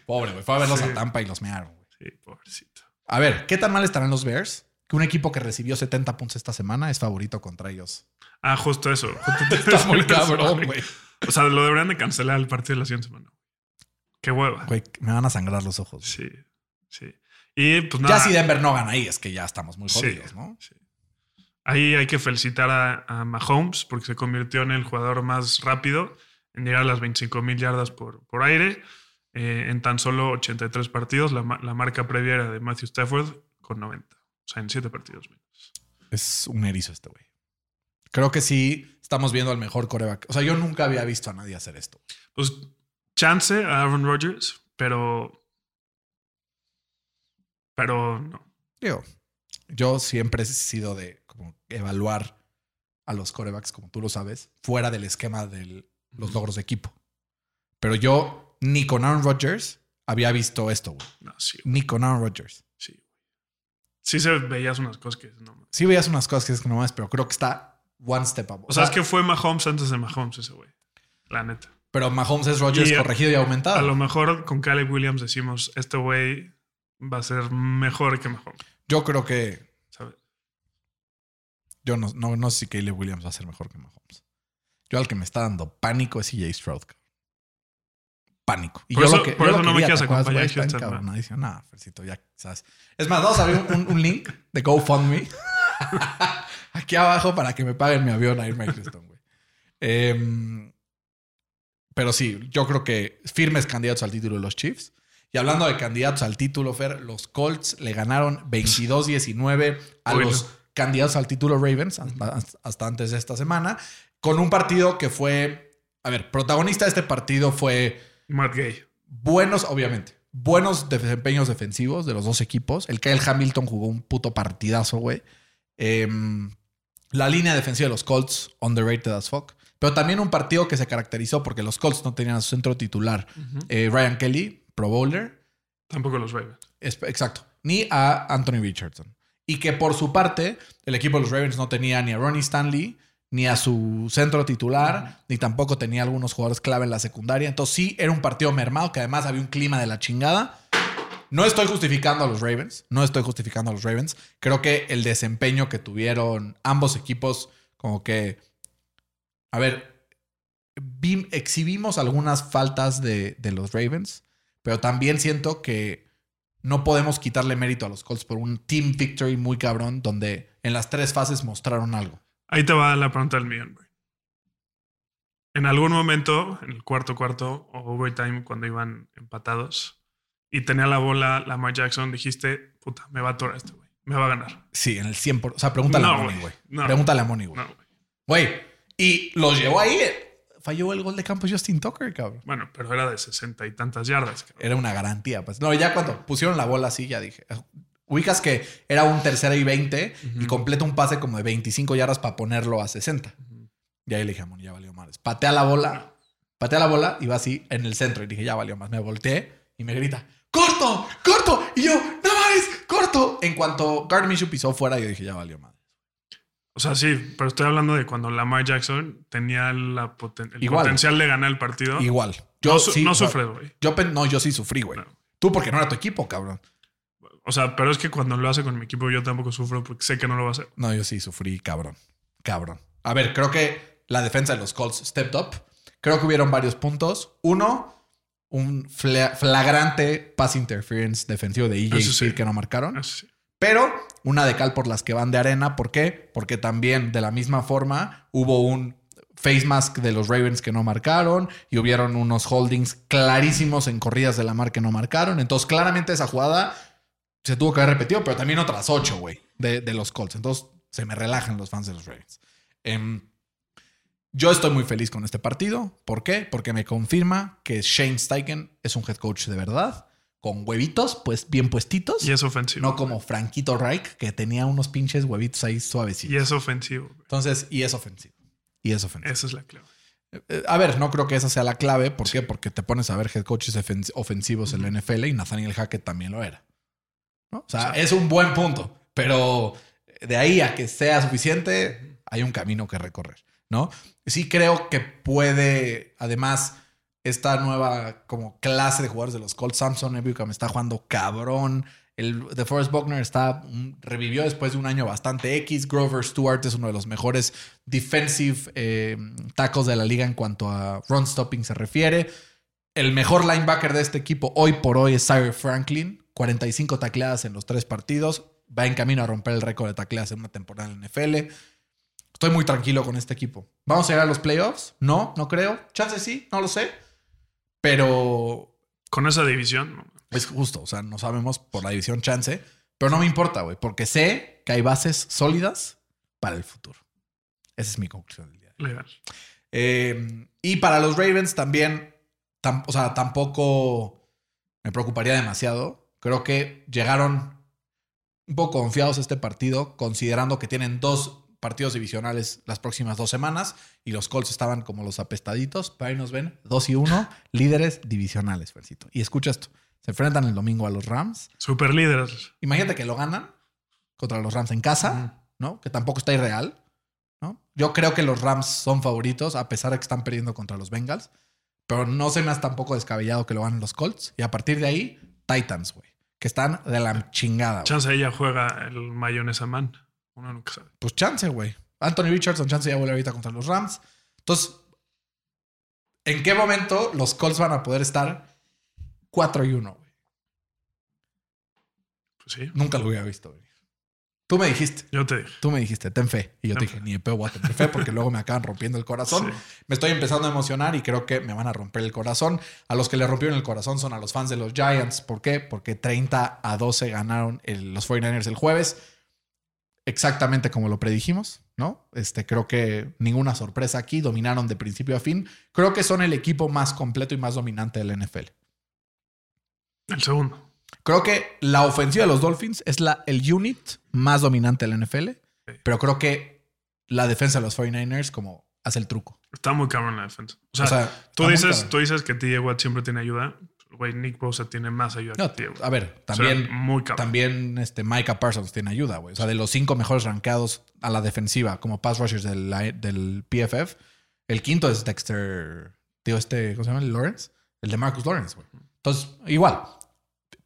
S4: Pobre, güey. Fue a verlos a Tampa y los mearon, güey.
S3: Sí, pobrecito.
S4: A ver, ¿qué tan mal estarán los Bears? Que un equipo que recibió 70 puntos esta semana es favorito contra ellos.
S3: Ah, justo eso. Justo
S4: Está muy cabrón, güey.
S3: O sea, lo deberían de cancelar el partido de la siguiente semana. Qué hueva.
S4: Güey, me van a sangrar los ojos. güey.
S3: Sí, sí. Y pues nada.
S4: Ya si Denver no gana ahí, es que ya estamos muy
S3: Sí.
S4: jodidos, ¿no?
S3: Sí. Ahí hay que felicitar a, a Mahomes porque se convirtió en el jugador más rápido en llegar a las 25 mil yardas por, por aire eh, en tan solo 83 partidos. La, ma- la marca previa era de Matthew Stafford con 90. O sea, en 7 partidos menos.
S4: Es un erizo este güey. Creo que sí estamos viendo al mejor coreback. O sea, yo nunca había visto a nadie hacer esto.
S3: Pues chance a Aaron Rodgers, pero. Pero no.
S4: Digo, yo siempre he sido de como evaluar a los corebacks, como tú lo sabes, fuera del esquema de los logros de equipo. Pero yo ni con Aaron Rodgers había visto esto, güey.
S3: No, sí,
S4: Ni con Aaron Rodgers.
S3: sí. Sí se veías unas cosas que no.
S4: Sí veías unas cosas que es que no más, pero creo que está one step up.
S3: O sea, es que fue Mahomes antes de Mahomes ese güey. La neta.
S4: Pero Mahomes es Rodgers
S3: Y a-
S4: corregido y
S3: A
S4: aumentado.
S3: lo mejor con Caleb Williams decimos, este güey va a ser mejor que Mahomes.
S4: Yo creo que
S3: ¿sabes?
S4: Yo no, no, no sé si Caleb Williams va a ser mejor que Mahomes. Yo al que me está dando pánico es CJ Stroud. cabrón. Pánico. Y
S3: Por
S4: yo
S3: eso-
S4: lo que,
S3: por
S4: yo
S3: eso
S4: lo
S3: no me
S4: quería,
S3: quieres
S4: ¿te acuerdas,
S3: acompañar,
S4: güey? Está
S3: Houston,
S4: encabronadísimo. Nah, Fercito, ya sabes. Es más, vamos a abrir un, un link de GoFundMe aquí abajo para que me paguen mi avión a irme a Houston, güey. Em, pero sí, yo creo que firmes candidatos al título de los Chiefs. Y hablando de candidatos al título, Fer, los Colts le ganaron 22-19 a
S3: Bueno.
S4: los candidatos al título Ravens hasta, hasta antes de esta semana, con un partido que fue, a ver, protagonista de este partido fue
S3: Matt Gay.
S4: buenos, obviamente, buenos desempeños defensivos de los dos equipos. El Kyle Hamilton jugó un puto partidazo, güey. Em, la línea defensiva de los Colts, underrated as fuck. Pero también un partido que se caracterizó porque los Colts no tenían a su centro titular eh, Ryan Kelly, Pro Bowler,
S3: Tampoco los Ravens.
S4: es- exacto, ni a Anthony Richardson. Y que por su parte, el equipo de los Ravens no tenía ni a Ronnie Stanley, ni a su centro titular, ni tampoco tenía algunos jugadores clave en la secundaria. Entonces sí, era un partido mermado, que además había un clima de la chingada. No estoy justificando a los Ravens, no estoy justificando a los Ravens. Creo que el desempeño que tuvieron ambos equipos, como que, a ver, vi- exhibimos algunas faltas de, de los Ravens, pero también siento que no podemos quitarle mérito a los Colts por un team victory muy cabrón, donde en las tres fases mostraron algo.
S3: Ahí te va la pregunta del millón, güey. En algún momento, en el cuarto cuarto o overtime, cuando iban empatados y tenía la bola Lamar Jackson, dijiste, puta, me va a atorar este güey. me va a ganar.
S4: Sí, en el 100%. O sea, pregúntale
S3: No,
S4: a Money,
S3: güey.
S4: güey.
S3: No.
S4: Pregúntale a Money, güey.
S3: No, güey.
S4: Güey, y los llevó ahí. Falló el gol de campo Justin Tucker, cabrón.
S3: Bueno, pero era de sesenta y tantas yardas. cabrón.
S4: Era una garantía. Pues. No, ya cuando pusieron la bola así, ya dije. Ubicas que era un tercera y 20 y completa un pase como de 25 yardas para ponerlo a 60. Y ahí le dije, "Mon, ya valió más. Patea la bola, patea la bola y va así en el centro. Y dije, ya valió más. Me volteé y me grita, ¡corto! ¡corto! Y yo, ¡no mames! ¡corto! En cuanto Gardner Minshew pisó fuera, yo dije, ya valió más.
S3: O sea, sí, pero estoy hablando de cuando Lamar Jackson tenía la poten- el
S4: Igual.
S3: potencial de ganar el partido.
S4: Igual. Yo
S3: no, su-
S4: sí,
S3: no
S4: igual.
S3: sufres, güey.
S4: Yo, pen- no, yo sí sufrí, güey.
S3: No.
S4: Tú porque no era tu equipo, cabrón.
S3: O sea, pero es que cuando lo hace con mi equipo yo tampoco sufro porque sé que no lo va a hacer.
S4: No, yo sí sufrí, cabrón. Cabrón. A ver, creo que la defensa de los Colts stepped up. Creo que hubieron varios puntos. Uno, un fla- flagrante pass interference defensivo de EJ
S3: Eso sí.
S4: Speed que no marcaron.
S3: Eso sí.
S4: Pero una de cal por las que van de arena. ¿Por qué? Porque también de la misma forma hubo un face mask de los Ravens que no marcaron y hubieron unos holdings clarísimos en corridas de la mar que no marcaron. Entonces, claramente esa jugada se tuvo que haber repetido, pero también otras ocho, güey, de, de los Colts. Entonces, se me relajan los fans de los Ravens. Em, yo estoy muy feliz con este partido. ¿Por qué? Porque me confirma que Shane Steichen es un head coach de verdad, con huevitos, pues bien puestitos.
S3: Y es ofensivo.
S4: No como Franquito Reich, que tenía unos pinches huevitos ahí
S3: y
S4: suavecitos.
S3: es ofensivo. güey.
S4: Entonces, y es ofensivo. Y es ofensivo.
S3: Esa es la clave.
S4: Eh, A ver, no creo que esa sea la clave. ¿Por qué? Porque te pones a ver head coaches ofen- ofensivos en la NFL y Nathaniel Hackett también lo era. ¿No? O sea,
S3: O sea,
S4: es un buen punto, pero de ahí a que sea suficiente, hay un camino que recorrer, ¿no? Sí creo que puede, además, esta nueva como clase de jugadores de los Colts, Samson me está jugando cabrón. El The Forest Buckner está mm, revivió después de un año bastante X. Grover Stewart es uno de los mejores defensive eh, tacos de la liga en cuanto a run stopping se refiere. El mejor linebacker de este equipo hoy por hoy es Cyril Franklin. 45 tacleadas en los tres partidos. Va en camino a romper el récord de tacleadas en una temporada en la NFL. Estoy muy tranquilo con este equipo. ¿Vamos a llegar a los playoffs? No, no creo. Chance sí, no lo sé. Pero
S3: Con esa división, no.
S4: es justo, o sea, no sabemos por la división chance, pero no me importa, güey, porque sé que hay bases sólidas para el futuro. Esa es mi conclusión del día.
S3: legal.
S4: Eh, y para los Ravens también, tam- o sea, tampoco me preocuparía demasiado. Creo que llegaron un poco confiados a este partido, considerando que tienen dos partidos divisionales las próximas dos semanas y los Colts estaban como los apestaditos. Pero ahí nos ven, dos y uno, líderes divisionales, Fercito. Y escucha esto, se enfrentan el domingo a los Rams.
S3: Super líderes.
S4: Imagínate que lo ganan contra los Rams en casa. ¿no? Que tampoco está irreal, ¿no? Yo creo que los Rams son favoritos, a pesar de que están perdiendo contra los Bengals, pero no se me hace tampoco descabellado que lo ganen los Colts. Y a partir de ahí, Titans, güey, que están de la chingada. güey.
S3: Chance ella juega el mayonesa man. Uno nunca sabe.
S4: Pues chance, güey. Anthony Richardson, chance ya vuelve ahorita contra los Rams. Entonces, ¿en qué momento los Colts van a poder estar 4 y 1, güey?
S3: Pues sí.
S4: Nunca lo hubiera visto venir. Tú me dijiste.
S3: Yo te dije.
S4: Tú me dijiste, ten fe. Y yo
S3: Ten
S4: te
S3: fe.
S4: dije, ni de pedo voy a tener fe porque luego me acaban rompiendo el corazón. Me estoy empezando a emocionar y creo que me van a romper el corazón. A los que le rompieron el corazón son a los fans de los Giants. ¿Por qué? Porque 30 a 12 ganaron el- los 49ers el jueves. Exactamente como lo predijimos, ¿no? Este, creo que ninguna sorpresa aquí. Dominaron de principio a fin. Creo que son el equipo más completo y más dominante del NFL.
S3: El segundo.
S4: Creo que la ofensiva de los Dolphins es la, el unit más dominante de la NFL, pero creo que la defensa de los 49ers como hace el truco.
S3: Está muy cabrón la defensa. O sea,
S4: O sea, está
S3: tú,
S4: muy
S3: dices,
S4: cabrón.
S3: tú dices que TJ Watt siempre tiene ayuda. Güey, Nick Bosa tiene más ayuda
S4: No,
S3: que TJ Watt.
S4: a ver,
S3: O sea,
S4: también,
S3: muy cabrón.
S4: también este Micah Parsons tiene ayuda, güey. O sea, de los cinco mejores rankeados a la defensiva como pass rushers del, del PFF, el quinto es Dexter, digo, este, ¿cómo se llama? Lawrence, el de Marcus Lawrence, güey. Entonces, igual.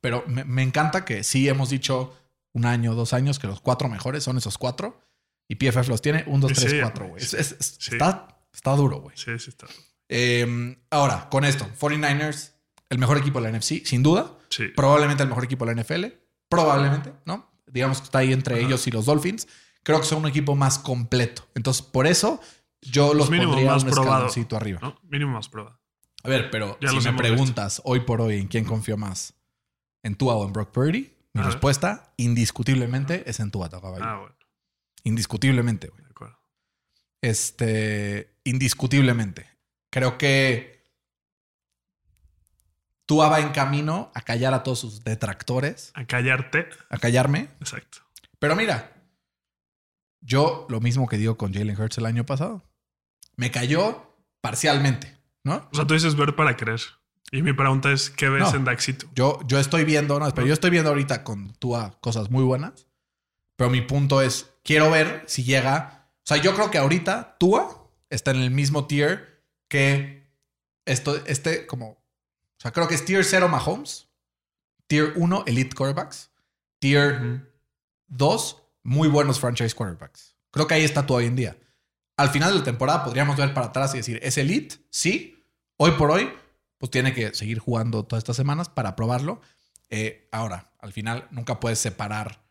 S4: Pero me, me encanta que sí hemos dicho un año, dos años, que los cuatro mejores son esos cuatro. Y PFF los tiene, un, dos,
S3: Sí,
S4: tres,
S3: sí,
S4: cuatro, güey.
S3: sí,
S4: Es- es-
S3: sí.
S4: está, está duro, güey.
S3: Sí, sí está.
S4: Eh, ahora, con esto, 49ers, el mejor equipo de la NFC, sin duda
S3: Sí.
S4: probablemente el mejor equipo de la NFL, probablemente, ¿no? Digamos que está ahí entre
S3: Ajá.
S4: ellos y los Dolphins. Creo que son un equipo más completo. Entonces, por eso yo los
S3: mínimo
S4: pondría
S3: más
S4: un
S3: probado,
S4: escaloncito arriba.
S3: ¿no? Mínimo más prueba.
S4: A ver, pero
S3: Ya
S4: si
S3: los
S4: me
S3: hemos
S4: preguntas hoy por hoy en quién confío más, en Tua o en Brock Purdy, Mi
S3: A ver.
S4: respuesta, indiscutiblemente, es en tu caballo.
S3: Ah, bueno,
S4: Indiscutiblemente, güey.
S3: de acuerdo.
S4: Este, indiscutiblemente. Creo que Tua va en camino a callar a todos sus detractores,
S3: A callarte.
S4: a callarme.
S3: Exacto.
S4: Pero mira, yo lo mismo que digo con Jalen Hurts el año pasado. Me cayó parcialmente, ¿no?
S3: O sea, tú dices ver para creer. Y mi pregunta es, ¿qué ves
S4: No.
S3: en Daxito?
S4: Yo, yo estoy viendo, no, pero yo estoy viendo ahorita con Tua cosas muy buenas. Pero mi punto es, quiero ver si llega. O sea, yo creo que ahorita Tua está en el mismo tier que esto, este como... O sea, creo que es tier 0 Mahomes, tier 1 elite quarterbacks, tier
S3: Ujú.
S4: 2 muy buenos franchise quarterbacks. Creo que ahí está Tua hoy en día. Al final de la temporada podríamos ver para atrás y decir, ¿es elite? Sí. Hoy por hoy, pues tiene que seguir jugando todas estas semanas para probarlo. Eh, ahora, al final nunca puedes separar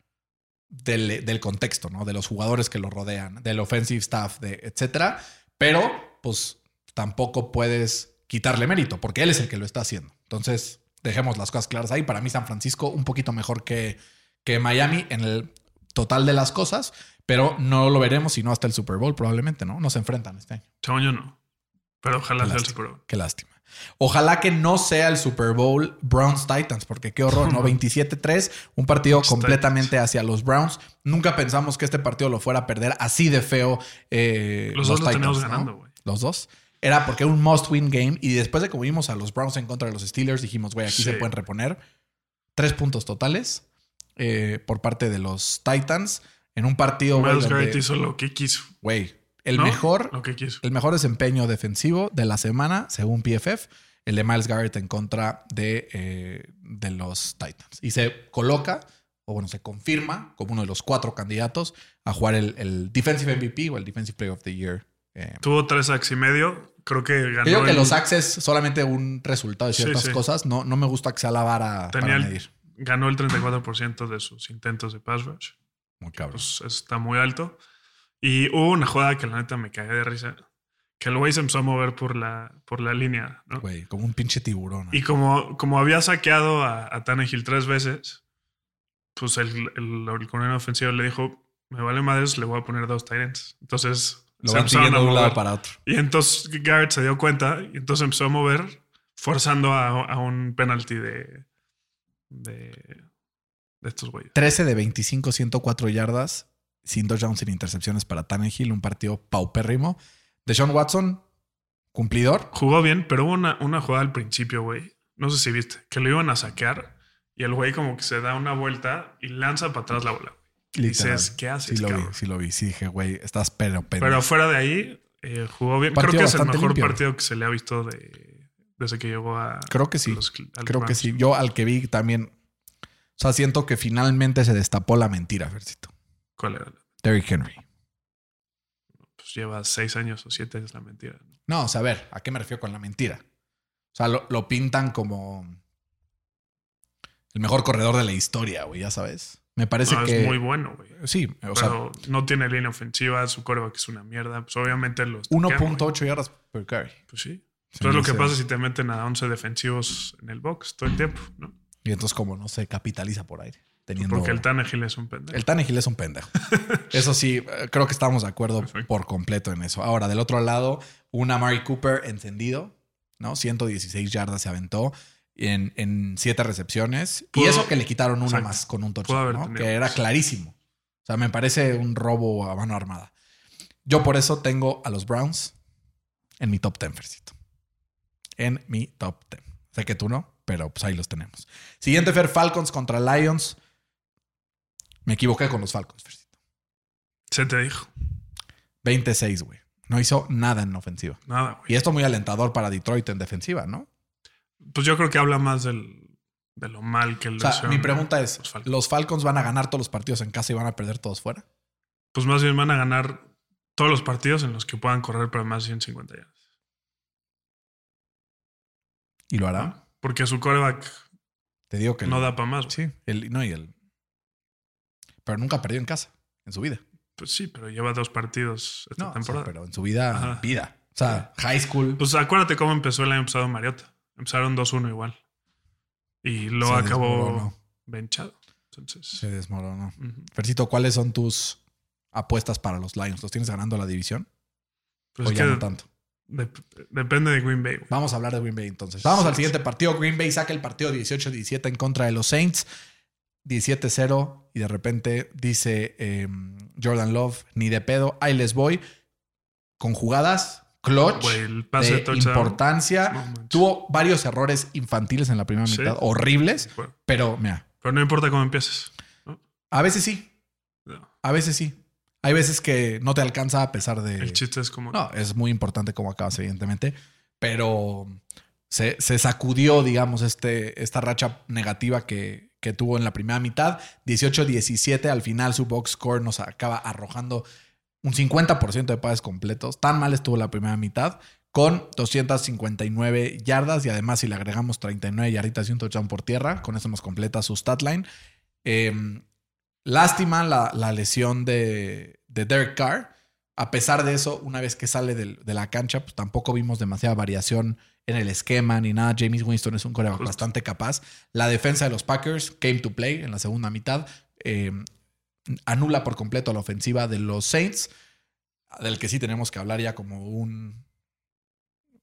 S4: del, del contexto, ¿no? De los jugadores que lo rodean, del offensive staff, de etcétera. Pero, pues, tampoco puedes quitarle mérito, porque él es el que lo está haciendo. Entonces, dejemos las cosas claras ahí. Para mí, San Francisco, un poquito mejor que, que Miami en el total de las cosas, pero no lo veremos sino hasta el Super Bowl, probablemente, ¿no? No se enfrentan este año.
S3: Según yo no. Pero ojalá sea el
S4: Lástima.
S3: Super Bowl.
S4: Qué lástima. Ojalá que no sea el Super Bowl Browns Titans, porque qué horror, ¿no? 27-3, un partido
S3: Los
S4: completamente hacia los Browns. Nunca pensamos que este partido lo fuera a perder así de feo. eh,
S3: Los dos lo tenemos
S4: ¿no?
S3: ganando, güey.
S4: Los dos. Era porque era un must win game. Y después de que vimos a los Browns en contra de los Steelers, dijimos, güey, aquí se
S3: Sí.
S4: pueden reponer. Tres puntos totales eh, por parte de los Titans en un partido. güey,
S3: Miles
S4: donde-
S3: Garrett hizo lo que quiso.
S4: Güey, el
S3: ¿no?
S4: mejor
S3: Lo que quiso.
S4: el mejor desempeño defensivo de la semana, según PFF, el de Miles Garrett en contra de, eh, de los Titans. Y se coloca, o bueno, se confirma como uno de los cuatro candidatos a jugar el, el Defensive MVP o el Defensive Player of the Year. Eh,
S3: Tuvo tres sacks y medio. Creo que ganó.
S4: creo que
S3: el-
S4: los sacks es solamente un resultado de
S3: Sí,
S4: ciertas
S3: sí.
S4: cosas. No, no me gusta que sea la vara
S3: Tenía
S4: para
S3: el-
S4: medir.
S3: ganó el 34% de sus intentos de pass rush.
S4: Muy cabrón.
S3: Pues eso está muy alto. Y hubo una jugada que la neta me cagué de risa. Que el güey se empezó a mover por la, por la línea, ¿no?
S4: Güey, como un pinche tiburón. ¿no?
S3: Pues, Y como, como había saqueado a, a Tannehill tres veces, pues el, el, el coordinador ofensivo le dijo, me vale madres, le voy a poner dos Tyrants. Entonces
S4: Lo
S3: se
S4: van
S3: empezaron
S4: siguiendo de un lado
S3: mover.
S4: para otro.
S3: Y entonces Garrett se dio cuenta y entonces empezó a mover, forzando a, a un penalti de, de, de estos güeyes.
S4: 13 de 25, 104 yardas, sin touchdowns, sin intercepciones para Tannehill, un partido paupérrimo. Deshaun Watson, cumplidor.
S3: Jugó bien, pero hubo una, una jugada al principio, güey. No sé si viste, que lo iban a saquear y el güey como que se da una vuelta y lanza para atrás la bola. Y
S4: Literal.
S3: dices, ¿qué
S4: Sí
S3: haces,
S4: lo vi,
S3: cabrón?
S4: sí lo vi. Sí dije, güey, estás pero pendejo.
S3: Pero fuera de ahí, eh, jugó bien.
S4: Partido
S3: Creo que es el
S4: bastante
S3: mejor
S4: limpio.
S3: partido que se le ha visto de, desde que llegó a.
S4: Creo que sí.
S3: los cl- a los
S4: Creo que
S3: Rams.
S4: sí. Yo al que vi también... O sea, siento que finalmente se destapó la mentira, Fercito.
S3: ¿Cuál era?
S4: Derrick Henry.
S3: Pues lleva seis años o siete, es la mentira.
S4: No, o sea, a ver, ¿a qué me refiero con la mentira? O sea, lo, lo pintan como el mejor corredor de la historia, güey, ya sabes. Me parece
S3: No,
S4: que...
S3: Es muy bueno, güey.
S4: Sí, o sea,
S3: pero no tiene línea ofensiva, su que es una mierda. Pues obviamente los. taquean, güey.
S4: 1.8 yardas per carry.
S3: Pues sí.
S4: Se
S3: Eso
S4: me
S3: es lo que
S4: hace-
S3: pasa si te meten a 11 defensivos en el box todo el tiempo, ¿no?
S4: Y entonces, como no se capitaliza por aire. Teniendo...
S3: Porque el Tannehill es un pendejo.
S4: El Tannehill es un pendejo. Eso sí, eh, creo que estamos de acuerdo
S3: Perfecto.
S4: por completo en eso. Ahora, del otro lado, una Mary Cooper encendido, ¿no? 116 yardas se aventó en, en siete recepciones. y
S3: Pudo-
S4: eso que le quitaron una
S3: Exacto.
S4: más con un
S3: Pudo
S4: touchdown,
S3: haber
S4: ¿no?
S3: tenido
S4: Que era
S3: más.
S4: clarísimo. O sea, me parece un robo a mano armada. Yo por eso tengo a los Browns en mi top 10, Fercito. En mi top 10. Sé que tú no, pero pues ahí los tenemos. Siguiente, Fer, Falcons contra Lions. Me equivoqué con los Falcons, Fercito.
S3: Se te dijo.
S4: 26, güey. No hizo nada en ofensiva.
S3: Nada, güey.
S4: Y esto muy alentador para Detroit en defensiva, ¿no?
S3: Pues yo creo que habla más del, de lo mal que lo
S4: O sea,
S3: hicieron
S4: mi pregunta es,
S3: los Falcons.
S4: ¿los Falcons van a ganar todos los partidos en casa y van a perder todos fuera?
S3: Pues más bien van a ganar todos los partidos en los que puedan correr para más de 150 yardas.
S4: ¿Y lo hará?
S3: ¿no? Porque su coreback
S4: Te digo que
S3: no
S4: el-
S3: da para más. güey.
S4: Sí, el, no, y el... Pero nunca perdió en casa, en su vida.
S3: Pues sí, pero lleva dos partidos esta
S4: No, o sea,
S3: temporada.
S4: pero en su vida,
S3: Ajá.
S4: vida. O sea, high school.
S3: Pues acuérdate cómo empezó el año pasado Mariota. Empezaron 2-1 igual. Y lo
S4: se
S3: acabó
S4: desmoronó.
S3: benchado. Entonces,
S4: Se desmoronó.
S3: ujú.
S4: Fercito, ¿cuáles son tus apuestas para los Lions? ¿Los tienes ganando la división?
S3: Pues
S4: o
S3: es
S4: ya
S3: que
S4: no tanto.
S3: dep- depende de Green Bay. güey.
S4: Vamos a hablar de Green Bay entonces. Vamos al siguiente partido. Green Bay saca el partido 18-17 en contra de los Saints. 17-0 y de repente dice eh, Jordan Love, ni de pedo, ahí les voy. Con jugadas, clutch,
S3: Güey, el pase de
S4: de
S3: touchdown.
S4: importancia.
S3: No manches.
S4: Tuvo varios errores infantiles en la primera
S3: Sí.
S4: mitad, horribles,
S3: Bueno,
S4: pero mira,
S3: pero no importa cómo empieces.
S4: a veces sí,
S3: No,
S4: a veces sí. Hay veces que no te alcanza a pesar de...
S3: El chiste es como.
S4: Eh, No, es muy importante cómo acabas, evidentemente. Pero se, se sacudió, digamos, este, esta racha negativa que, que tuvo en la primera mitad. 18-17, al final su box score nos acaba arrojando un 50% de pases completos. Tan mal estuvo la primera mitad, con 259 yardas y además si le agregamos 39 yarditas y un touchdown por tierra, con eso nos completa su stat line. Eh, lástima la, la lesión de, de Derek Carr. A pesar de eso, una vez que sale del- de la cancha, pues tampoco vimos demasiada variación en el esquema ni nada. James Winston es un coreback
S3: Justo.
S4: bastante capaz. La defensa de los Packers came to play en la segunda mitad. eh, anula por completo a la ofensiva de los Saints, del que sí tenemos que hablar ya como un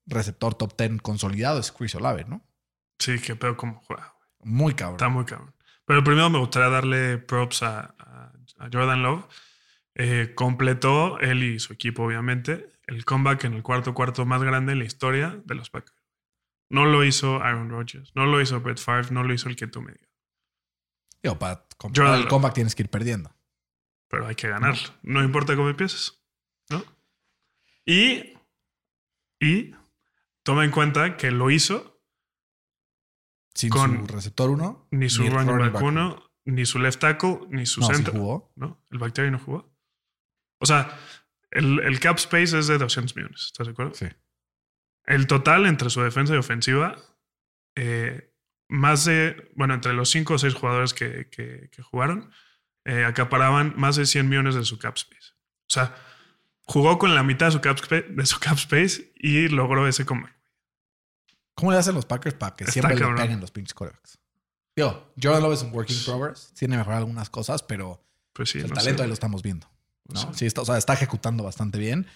S4: receptor top 10 consolidado, es Chris Olave, ¿no?
S3: Sí, qué pedo cómo juega. güey.
S4: Muy cabrón.
S3: Está muy cabrón. Pero primero me gustaría darle props a, a- a Jordan Love. Eh, completó él y su equipo, obviamente, el comeback en el cuarto cuarto más grande en la historia de los Packers. No lo hizo Aaron Rodgers, no lo hizo Brett Favre, no lo hizo el que tú me digas.
S4: Digo, para
S3: Jordan
S4: comprar el
S3: Love.
S4: comeback tienes que ir perdiendo.
S3: Pero hay que ganarlo. No importa cómo empieces. ¿no? Y, y toma en cuenta que lo hizo
S4: Sin su
S3: Con-
S4: receptor 1,
S3: ni su running back uno, ni su left tackle, ni su
S4: No, sí
S3: center.
S4: jugó.
S3: ¿no? El Bacteria no jugó. O sea, el, el cap space es de 200 millones, ¿estás de acuerdo?
S4: Sí.
S3: El total entre su defensa y ofensiva, eh, más de, bueno, entre los 5 o 6 jugadores que, que- que jugaron, eh, acaparaban más de 100 millones de su cap space. O sea, jugó con la mitad de su cap space, de su cap space y logró ese comeback.
S4: ¿Cómo le hacen los Packers para que
S3: Está
S4: siempre le
S3: cabrón.
S4: peguen los pinches corebacks? Digo, Jordan Love es un working progress. Tiene que mejorar algunas cosas, pero
S3: Pues sí,
S4: el
S3: no
S4: talento
S3: sé.
S4: ahí lo estamos viendo. ¿no?
S3: Sí.
S4: Sí, está, o sea, está ejecutando bastante bien.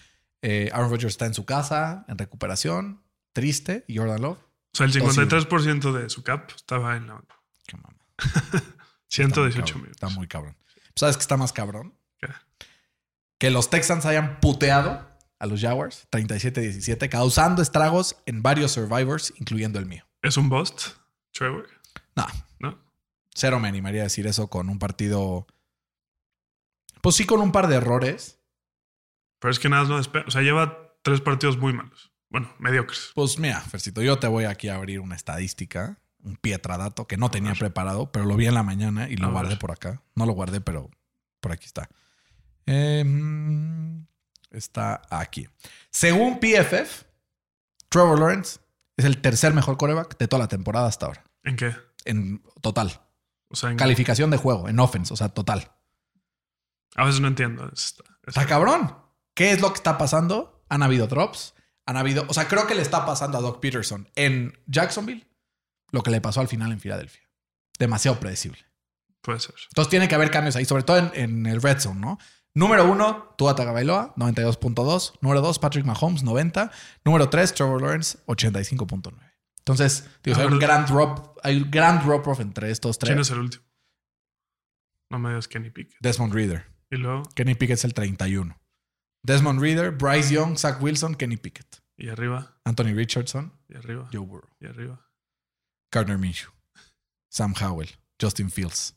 S4: Eh, Aaron Rodgers está en su casa, en recuperación, triste. Y Jordan Love,
S3: O sea, el 53% de su cap estaba en la banca.
S4: qué mamá. Está muy
S3: 118
S4: cabrón,
S3: millones.
S4: Está muy cabrón. ¿Sabes qué está más cabrón?
S3: ¿Qué?
S4: Que los Texans hayan puteado a los Jaguars 37-17, causando estragos en varios Survivors, incluyendo el mío.
S3: ¿Es un bust, Trevor?
S4: No,
S3: ¿No?
S4: cero me animaría a decir eso con un partido. Pues sí, con un par de errores.
S3: Pero es que nada, más no despe- O sea, lleva tres partidos muy malos. Bueno, mediocres.
S4: Pues mira, Fercito, yo te voy aquí a abrir una estadística, un pietradato que no tenía
S3: ver.
S4: preparado, pero lo vi en la mañana y
S3: A
S4: lo
S3: ver.
S4: guardé por acá. No lo guardé, pero por aquí está. Em, está aquí. Según PFF, Trevor Lawrence es el tercer mejor coreback de toda la temporada hasta ahora.
S3: ¿En qué?
S4: En total.
S3: O sea, en-
S4: Calificación de juego, en offense, o sea, total.
S3: a veces no entiendo. esta- esta-
S4: Está cabrón. ¿Qué es lo que está pasando? Han habido drops. Han habido. O sea, creo que le está pasando a Doc Peterson en Jacksonville lo que le pasó al final en Filadelfia. Demasiado predecible.
S3: Puede ser.
S4: Entonces tiene que haber cambios ahí, sobre todo en, en el Red Zone, ¿no? Número uno, Tua Tagovailoa, 92.2. Número dos, Patrick Mahomes, 90. Número tres, Trevor Lawrence, 85.9. Entonces, digo,
S3: A
S4: hay un
S3: ver.
S4: gran drop, hay un gran drop off entre estos
S3: ¿Quién
S4: tres.
S3: es el último? No me digas Kenny Pickett.
S4: Desmond Reader.
S3: Y luego,
S4: Kenny Pickett es el 31. Desmond Reader, Bryce Young, Zach Wilson, Kenny Pickett.
S3: y arriba,
S4: Anthony Richardson,
S3: y arriba,
S4: Joe Burrow,
S3: y arriba.
S4: Gardner Minshew, Sam Howell, Justin Fields.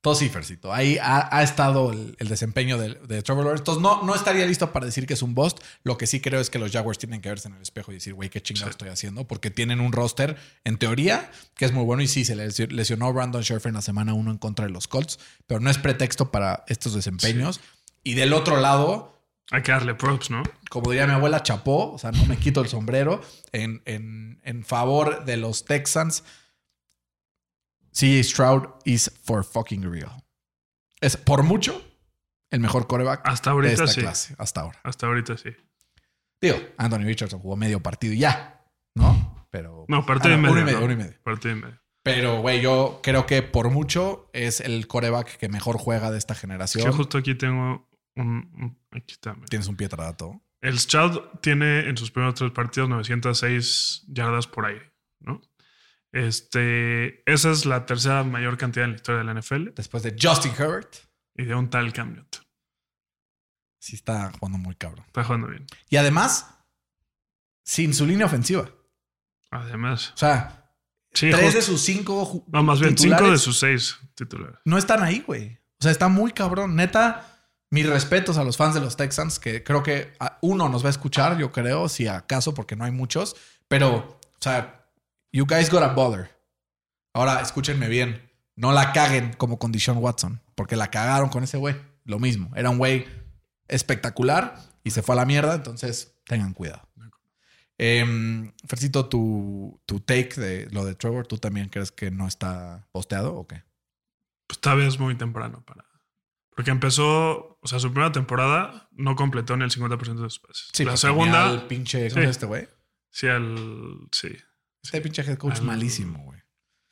S4: Todo cifercito. Ahí ha, ha estado el, el desempeño de, de Trevor Lawrence. Entonces, no, no estaría listo para decir que es un bust. Lo que sí creo es que los Jaguars tienen que verse en el espejo y decir, güey, qué chingado
S3: Sí.
S4: estoy haciendo, porque tienen un roster, en teoría, que es muy bueno. Y sí, se les lesionó Brandon Scherfer en la semana 1 en contra de los Colts, pero no es pretexto para estos desempeños. Y del otro lado,
S3: Hay que darle props, ¿no?
S4: como diría mi abuela, chapó, o sea, no me quito el sombrero, en, en- en favor de los Texans. CJ Stroud is for fucking real. Es por mucho el mejor coreback
S3: Hasta
S4: de
S3: ahorita
S4: esta
S3: sí.
S4: clase hasta ahora.
S3: Hasta ahorita sí.
S4: Digo, Anthony Richardson jugó medio partido y ya, ¿no? Pero.
S3: No, partido
S4: Ah,
S3: y medio.
S4: Uno y medio,
S3: ¿no?
S4: uno y medio.
S3: Partido y medio.
S4: Pero, güey, yo creo que por mucho es el coreback que mejor juega de esta
S3: Yo
S4: generación.
S3: justo aquí tengo un... un- aquí está. mira.
S4: Tienes un pie trato.
S3: El Stroud tiene en sus primeros tres partidos 906 yardas por aire, ¿no? Este, esa es la tercera mayor cantidad en la historia de la NFL
S4: Después de Justin Herbert.
S3: y de un tal Cam Newton.
S4: Sí está jugando muy cabrón.
S3: Está jugando bien.
S4: Y además, sin su línea ofensiva.
S3: Además,
S4: O sea,
S3: sí,
S4: tres de
S3: justo-
S4: sus cinco ju-
S3: no, más bien,
S4: titulares
S3: cinco de sus seis titulares.
S4: no están ahí, güey. O sea, está muy cabrón. Neta, mis respetos a los fans de los Texans, que creo que a- uno nos va a escuchar, yo creo, si acaso, porque no hay muchos. Pero, o sea, you guys gotta bother. Ahora, escúchenme bien. No la caguen como con Deshaun Watson, porque la cagaron con ese güey. Lo mismo. Era un güey espectacular y se fue a la mierda, entonces tengan cuidado. Em, Fercito, tu, tu take de lo de Trevor, ¿tú también crees que no está posteado o qué?
S3: Pues todavía es muy temprano para. Porque empezó, o sea, su primera temporada no completó ni el 50% de sus pases. la
S4: pues,
S3: segunda,
S4: tenía al pinche, ¿cómo
S3: Sí.
S4: se llama este güey?
S3: sí, al. Sí,
S4: Este pinche head coach
S3: Al-
S4: malísimo, güey.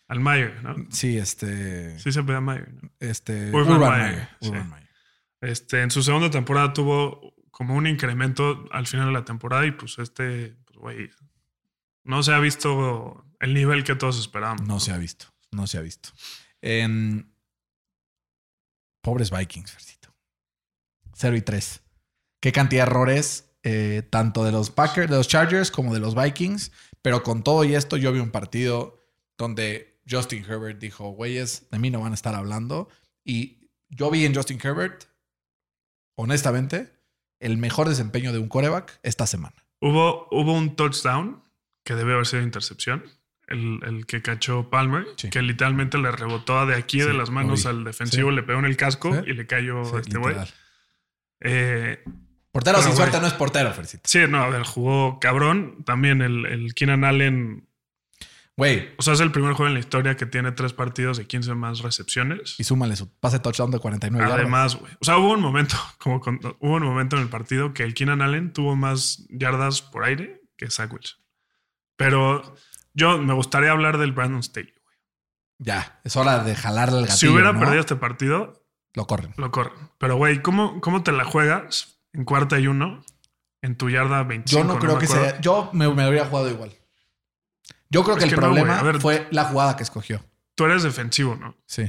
S3: al Mayer, ¿no?
S4: Sí, este.
S3: Sí, se pedía Mayer, ¿no?
S4: Este.
S3: Urban
S4: Urban
S3: Meyer,
S4: Meyer,
S3: sí.
S4: Urban Meyer.
S3: Este, en su segunda temporada tuvo como un incremento al final de la temporada y pues este, pues güey, no se ha visto el nivel que todos esperábamos.
S4: No se ha visto. No se ha visto. En- Pobres Vikings, Fercito. 0 y 3. Qué cantidad de errores, eh, tanto de los Packers, de los Chargers como de los Vikings. Pero con todo y esto, yo vi un partido donde Justin Herbert dijo: Güeyes, de mí no van a estar hablando. Y yo vi en Justin Herbert, honestamente, el mejor desempeño de un coreback esta semana.
S3: Hubo, hubo un touchdown que debe haber sido intercepción, el, el que cachó Palmer,
S4: Sí.
S3: que literalmente le rebotó de aquí
S4: Sí,
S3: de las manos
S4: lo vi.
S3: al defensivo,
S4: Sí.
S3: le pegó en el casco
S4: Sí.
S3: y le cayó
S4: Sí,
S3: a este güey.
S4: literal.
S3: Eh,
S4: Portero
S3: Pero,
S4: sin
S3: güey.
S4: suerte no es portero, Fercito.
S3: sí, no, a ver, jugó cabrón. También el, el Keenan Allen,
S4: Güey,
S3: o sea, es el primer juego en la historia que tiene tres partidos de 15 más recepciones.
S4: Y súmale su pase touchdown de 49 yardas.
S3: Además, güey. O sea, hubo un momento, como con- hubo un momento en el partido que el Keenan Allen tuvo más yardas por aire que Zach Wilson. Pero yo me gustaría hablar del Brandon Staley. güey.
S4: Ya, es hora de jalarle el gatillo.
S3: si hubiera
S4: ¿no?
S3: perdido este partido,
S4: Lo corren.
S3: lo corren. Pero, güey, ¿cómo, ¿cómo te la juegas en cuarta y uno en tu yarda 25?
S4: Yo no creo
S3: me
S4: que
S3: acuerdo?
S4: sea. Yo me, me hubiera jugado igual. Yo creo que
S3: Es
S4: el
S3: que no,
S4: problema
S3: güey, a ver.
S4: fue la jugada que escogió.
S3: Tú eres defensivo, ¿no?
S4: Sí.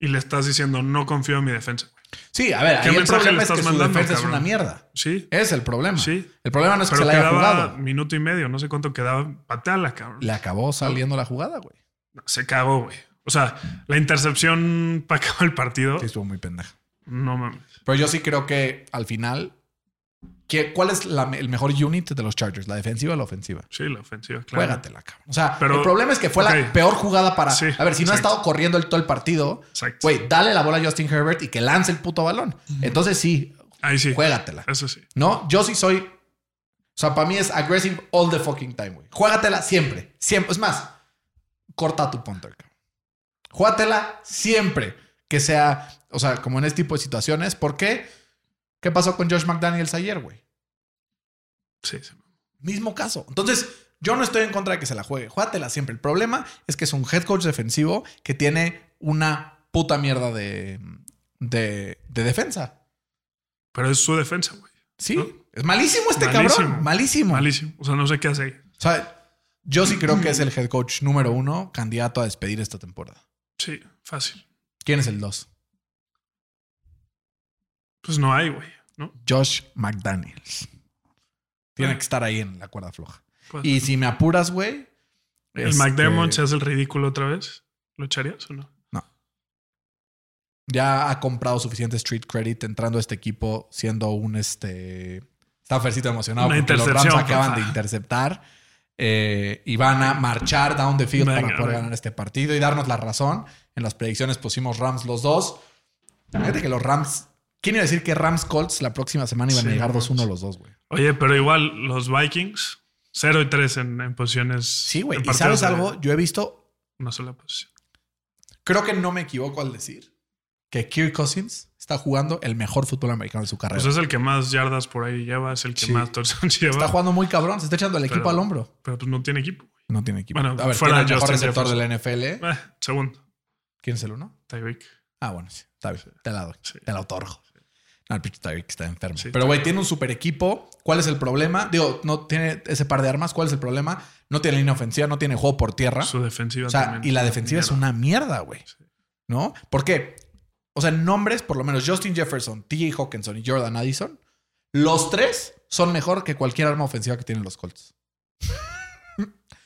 S3: Y le estás diciendo, no confío en mi defensa. güey.
S4: Sí, a ver,
S3: ¿Qué
S4: ahí el
S3: mensaje
S4: problema
S3: le
S4: es que
S3: estás
S4: su
S3: mandando,
S4: defensa es
S3: cabrón?
S4: una mierda.
S3: Sí,
S4: Ah, Es el problema.
S3: sí.
S4: El problema no es que
S3: Pero
S4: se la haya
S3: quedaba
S4: jugado.
S3: minuto y medio, no sé cuánto quedaba. Pateala, cabrón.
S4: Le acabó saliendo la jugada, güey.
S3: se cagó, güey. O sea, la intercepción para acabar el partido.
S4: Sí, estuvo muy pendeja.
S3: No mames.
S4: Pero yo sí creo que al final. ¿qué- ¿Cuál es la- el mejor unit de los Chargers? ¿La defensiva o la ofensiva?
S3: Sí, la ofensiva, claro.
S4: Juégatela, cabrón. O sea,
S3: Pero-
S4: el problema es que fue la
S3: ok.
S4: peor jugada para.
S3: Sí,
S4: a ver, si no ha
S3: exacto.
S4: estado corriendo el, todo el partido,
S3: Exacto.
S4: güey, dale la bola a Justin Herbert y que lance el puto balón. Entonces sí,
S3: Ahí sí.
S4: juégatela.
S3: Eso sí.
S4: No, yo sí soy. O sea, para mí es aggressive all the fucking time, güey. Juégatela siempre. Siempre. Es más, corta tu punter, cabrón. Juégatela siempre. Que sea, o sea, como en este tipo de situaciones. ¿Por qué? ¿Qué pasó con Josh McDaniels ayer, güey?
S3: Sí, sí.
S4: Mismo caso. Entonces, yo no estoy en contra de que se la juegue. Juégatela siempre. El problema es que es un head coach defensivo que tiene una puta mierda de, de, de defensa.
S3: Pero es su defensa, güey.
S4: Sí.
S3: ¿No?
S4: Es malísimo este
S3: Malísimo.
S4: cabrón. Malísimo.
S3: Malísimo. O sea, no sé qué hace ahí.
S4: O sea, yo sí creo que es el head coach número uno candidato a despedir esta temporada.
S3: Sí, fácil.
S4: ¿Quién es el dos?
S3: Pues no hay, güey. ¿No?
S4: Josh McDaniels. Tiene
S3: Ah.
S4: que estar ahí en la cuerda floja.
S3: Pues,
S4: Y si me apuras, güey.
S3: el
S4: este,
S3: McDermott se hace el ridículo otra vez. ¿Lo echarías o no?
S4: ya ha comprado suficiente street credit entrando a este equipo siendo un este está Fercito emocionado
S3: Una
S4: porque los Rams
S3: intercepción,
S4: acaban
S3: papá.
S4: de interceptar eh, y van a marchar down the field para
S3: Venga,
S4: poder
S3: venga.
S4: ganar este partido y darnos la razón. En las predicciones pusimos Rams los dos. Fíjate que los Rams. ¿Quién iba a decir que Rams Colts la próxima semana iban a
S3: Sí,
S4: llegar
S3: no
S4: 2-1
S3: mames.
S4: los dos, güey?
S3: Oye, pero igual los Vikings, 0 y 3 en, en posiciones.
S4: Sí, güey.
S3: en
S4: ¿Y sabes
S3: partidos de
S4: algo? Yo he visto
S3: Una sola posición.
S4: creo que no me equivoco al decir que Kirk Cousins está jugando el mejor fútbol americano de su carrera.
S3: Pues es el que más yardas por ahí lleva, es el que
S4: Sí.
S3: más touchdowns lleva.
S4: está jugando muy cabrón, se está echando el equipo
S3: Pero-
S4: al hombro.
S3: Pero pues no tiene equipo, güey.
S4: No tiene equipo.
S3: Bueno,
S4: a ver,
S3: fuera
S4: fuera el mejor
S3: Justin
S4: receptor de
S3: Jefferson.
S4: la NFL.
S3: Eh, segundo,
S4: ¿Quién es el uno?
S3: Tyreek.
S4: Ah, bueno, sí. Está bien. Te la doy.
S3: Sí.
S4: Te la otorgo. No, el pinche Tyreek está enfermo.
S3: Sí,
S4: Pero, güey, tiene un super equipo. ¿Cuál es el problema? Digo, no tiene ese par de armas. ¿Cuál es el problema? No tiene línea ofensiva, no tiene juego por tierra.
S3: Su defensiva
S4: O sea,
S3: también.
S4: y la defensiva es
S3: Mierda.
S4: una mierda, güey.
S3: Sí.
S4: ¿No? ¿Por qué? O sea, en nombres, por lo menos Justin Jefferson, TJ Hawkinson y Jordan Addison, los tres son mejor que cualquier arma ofensiva que tienen los Colts.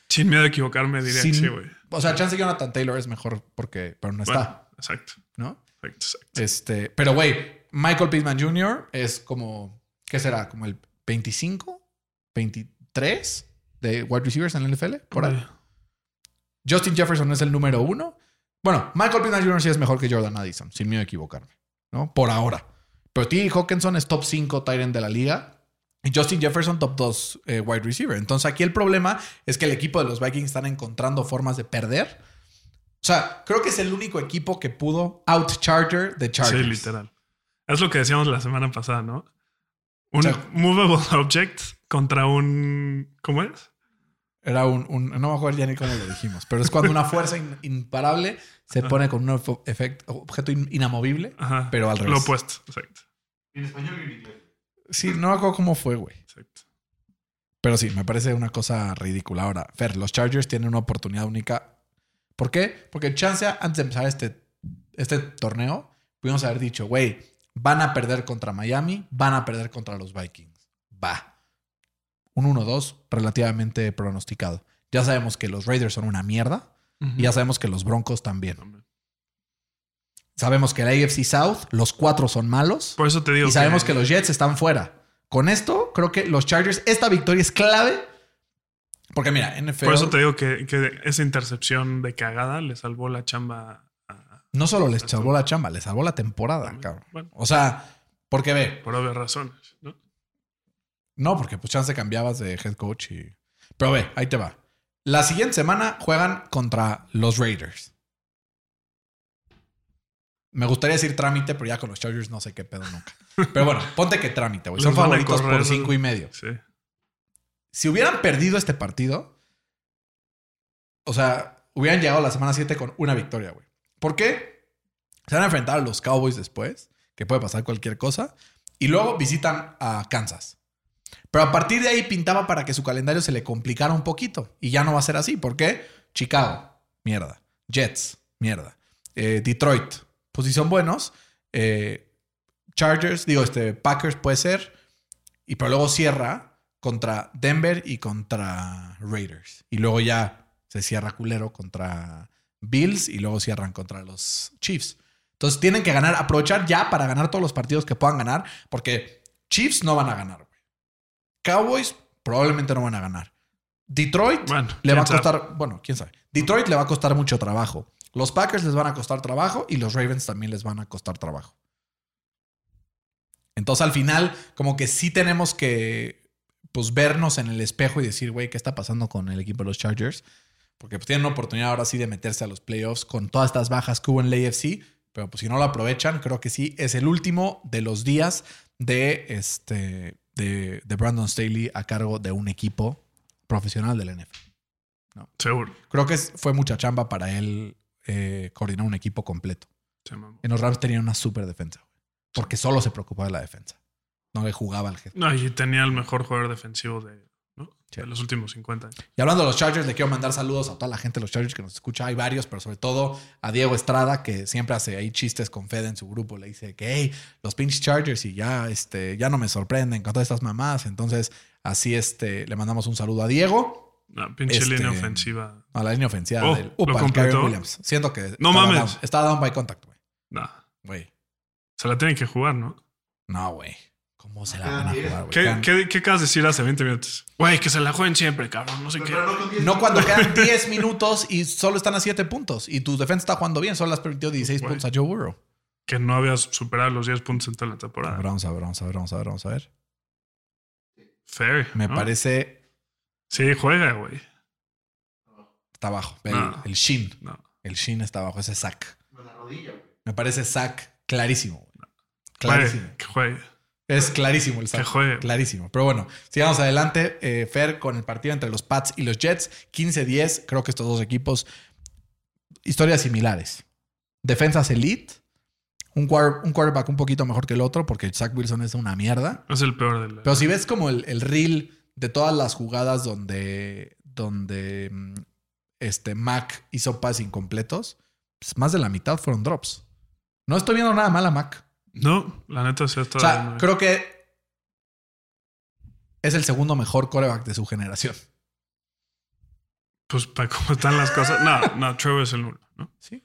S3: Sin miedo a equivocarme, diría
S4: Sin-
S3: que sí, güey.
S4: O sea, chance que Jonathan Taylor es mejor porque, pero no está,
S3: Bueno, exacto,
S4: ¿no?
S3: exacto, exacto.
S4: Este, pero güey, Michael Pittman Jr. es como, ¿qué será? Como el 25, 23 de wide receivers en la NFL, por ahí.
S3: Vale.
S4: Justin Jefferson es el número uno. Bueno, Michael Pittman Jr. sí es mejor que Jordan Addison, sin miedo a equivocarme, ¿no? Por ahora. Pero T. Hawkinson es top 5 Tyrant de la liga. Y Justin Jefferson, top 2 eh, wide receiver. Entonces aquí el problema es que el equipo de los Vikings están encontrando formas de perder. O sea, creo que es el único equipo que pudo out-charger de Chargers.
S3: Sí, literal. Es lo que decíamos la semana pasada, ¿no? Un
S4: Sí.
S3: movable object contra un. ¿Cómo es?
S4: Era un, un- No me acuerdo ya ni cómo lo dijimos, pero es cuando una fuerza in- imparable se pone con un efo- efect- objeto in- inamovible.
S3: Ajá.
S4: Pero al
S3: Lo
S4: revés.
S3: opuesto, exacto.
S5: En español y en inglés.
S4: Sí, no me acuerdo cómo fue, güey.
S3: exacto.
S4: Pero sí, me parece una cosa ridícula. Ahora, Fer, los Chargers tienen una oportunidad única. ¿Por qué? Porque chance antes de empezar este, este torneo, pudimos haber dicho, güey, van a perder contra Miami, van a perder contra los Vikings. Va. Un 1-2 relativamente pronosticado. Ya sabemos que los Raiders son una mierda y ya sabemos que los Broncos también.
S3: También.
S4: Sabemos que la AFC South, los cuatro son malos.
S3: Por eso te digo.
S4: Y sabemos que los Jets están fuera. Con esto, creo que los Chargers, esta victoria es clave. Porque mira, NFL,
S3: Por eso te digo que, que esa intercepción de cagada le salvó la chamba a.
S4: no solo les salvó la chamba, les salvó la temporada, Ah, cabrón.
S3: Bueno,
S4: O sea, porque ve,
S3: por obvias razones, ¿no?
S4: no, porque pues chance cambiabas de head coach y... Pero ve, ahí te va. La siguiente semana juegan contra los Raiders. Me gustaría decir trámite, pero ya con los Chargers no sé qué pedo nunca. Pero bueno, ponte que trámite, güey. Son
S3: Los van a
S4: favoritos por
S3: correr.
S4: cinco y medio.
S3: Sí.
S4: si hubieran perdido este partido, o sea, hubieran llegado a la semana 7 con una victoria, güey. ¿Por qué? Se van a enfrentar a los Cowboys después, que puede pasar cualquier cosa, y luego visitan a Kansas. Pero a partir de ahí pintaba para que su calendario se le complicara un poquito, y ya no va a ser así. ¿Por qué? Chicago, mierda. Jets, mierda. Eh, Detroit, posición buenos. Eh, Chargers, digo, este, Packers puede ser. Y pero luego cierra contra Denver y contra Raiders. Y luego ya se cierra culero contra Bills y luego cierran contra los Chiefs. Entonces tienen que ganar, aprovechar ya para ganar todos los partidos que puedan ganar, porque Chiefs no van a ganar. güey. Cowboys probablemente no van a ganar. Detroit
S3: Bueno,
S4: le va a
S3: quién sabe.
S4: costar, bueno, quién sabe. Detroit le va a costar mucho trabajo. Los Packers les van a costar trabajo y los Ravens también les van a costar trabajo. Entonces al final, como que sí tenemos que pues vernos en el espejo y decir, güey, ¿qué está pasando con el equipo de los Chargers? Porque pues tienen una oportunidad ahora sí de meterse a los playoffs con todas estas bajas que hubo en la AFC, pero pues si no lo aprovechan, creo que sí es el último de los días de este de, de Brandon Staley a cargo de un equipo profesional del NFL.
S3: Seguro.
S4: Creo que es- fue mucha chamba para él eh, coordinar un equipo completo.
S3: Se mamó.
S4: En los Rams tenían una súper defensa, güey, porque solo se preocupaba de la defensa. No le jugaba al jefe.
S3: No, y tenía el mejor jugador defensivo de, ¿no?
S4: Sí.
S3: de los últimos 50 años.
S4: Y hablando de los Chargers, le quiero mandar saludos a toda la gente de los Chargers que nos escucha. Hay varios, pero sobre todo a Diego Estrada, que siempre hace ahí chistes con Fede en su grupo. Le dice que, hey, los pinches Chargers y ya, este, ya no me sorprenden con todas estas mamás. Entonces, así este, le mandamos un saludo a Diego,
S3: No, pinche
S4: Este-
S3: línea ofensiva.
S4: a la línea ofensiva
S3: Oh,
S4: del
S3: ¿lo
S4: Upa, al
S3: completó?
S4: Kyren Williams. Siento que
S3: No
S4: estaba
S3: mames.
S4: down- estaba down by contact, güey.
S3: No,
S4: Güey.
S3: se la tienen que jugar, ¿no?
S4: No, güey. ¿Cómo se la
S5: Ah,
S4: van a
S5: sí.
S4: jugar, güey?
S3: ¿Qué,
S4: Quedan-
S3: qué, qué acabas de decir hace 20 minutos? Güey, que se la jueguen siempre, cabrón. No sé qué.
S5: Pues, Pero no con 10.
S4: No cuando quedan 10 minutos y solo están a 7 puntos. Y tu defensa está jugando bien. Solo le has permitido 16
S3: Güey.
S4: puntos a Joe Burrow.
S3: Que no había superado los 10 puntos en toda la
S4: A
S3: temporada.
S4: ver, vamos a ver, vamos a ver, vamos a ver, vamos a ver.
S3: Fair.
S4: Me
S3: ¿no?
S4: parece.
S3: Sí, juega, güey.
S4: Está abajo. El,
S3: No.
S4: el shin.
S3: No.
S4: El shin está abajo. Ese sack.
S5: Con la rodilla, güey.
S4: Me parece sack clarísimo. güey.
S3: Juegue,
S4: Clarísimo.
S3: que juegue.
S4: Es clarísimo el salto.
S3: Que juegue.
S4: Clarísimo. Pero bueno, sigamos adelante. Eh, Fer con el partido entre los Pats y los Jets. 15-10. Creo que estos dos equipos. Historias similares. Defensas elite. Un, quar- un quarterback un poquito mejor que el otro porque Zach Wilson es una mierda.
S3: Es el peor de la.
S4: Pero si ves como el, el reel de todas las jugadas donde, donde mm, este Mac hizo pases incompletos, pues más de la mitad fueron drops. No estoy viendo nada mal a Mac.
S3: No, la neta se ha estado.
S4: O sea, creo que es el segundo mejor coreback de su generación.
S3: Pues para cómo están las cosas. No, no, Trevor es el uno, ¿no?
S4: ¿Sí?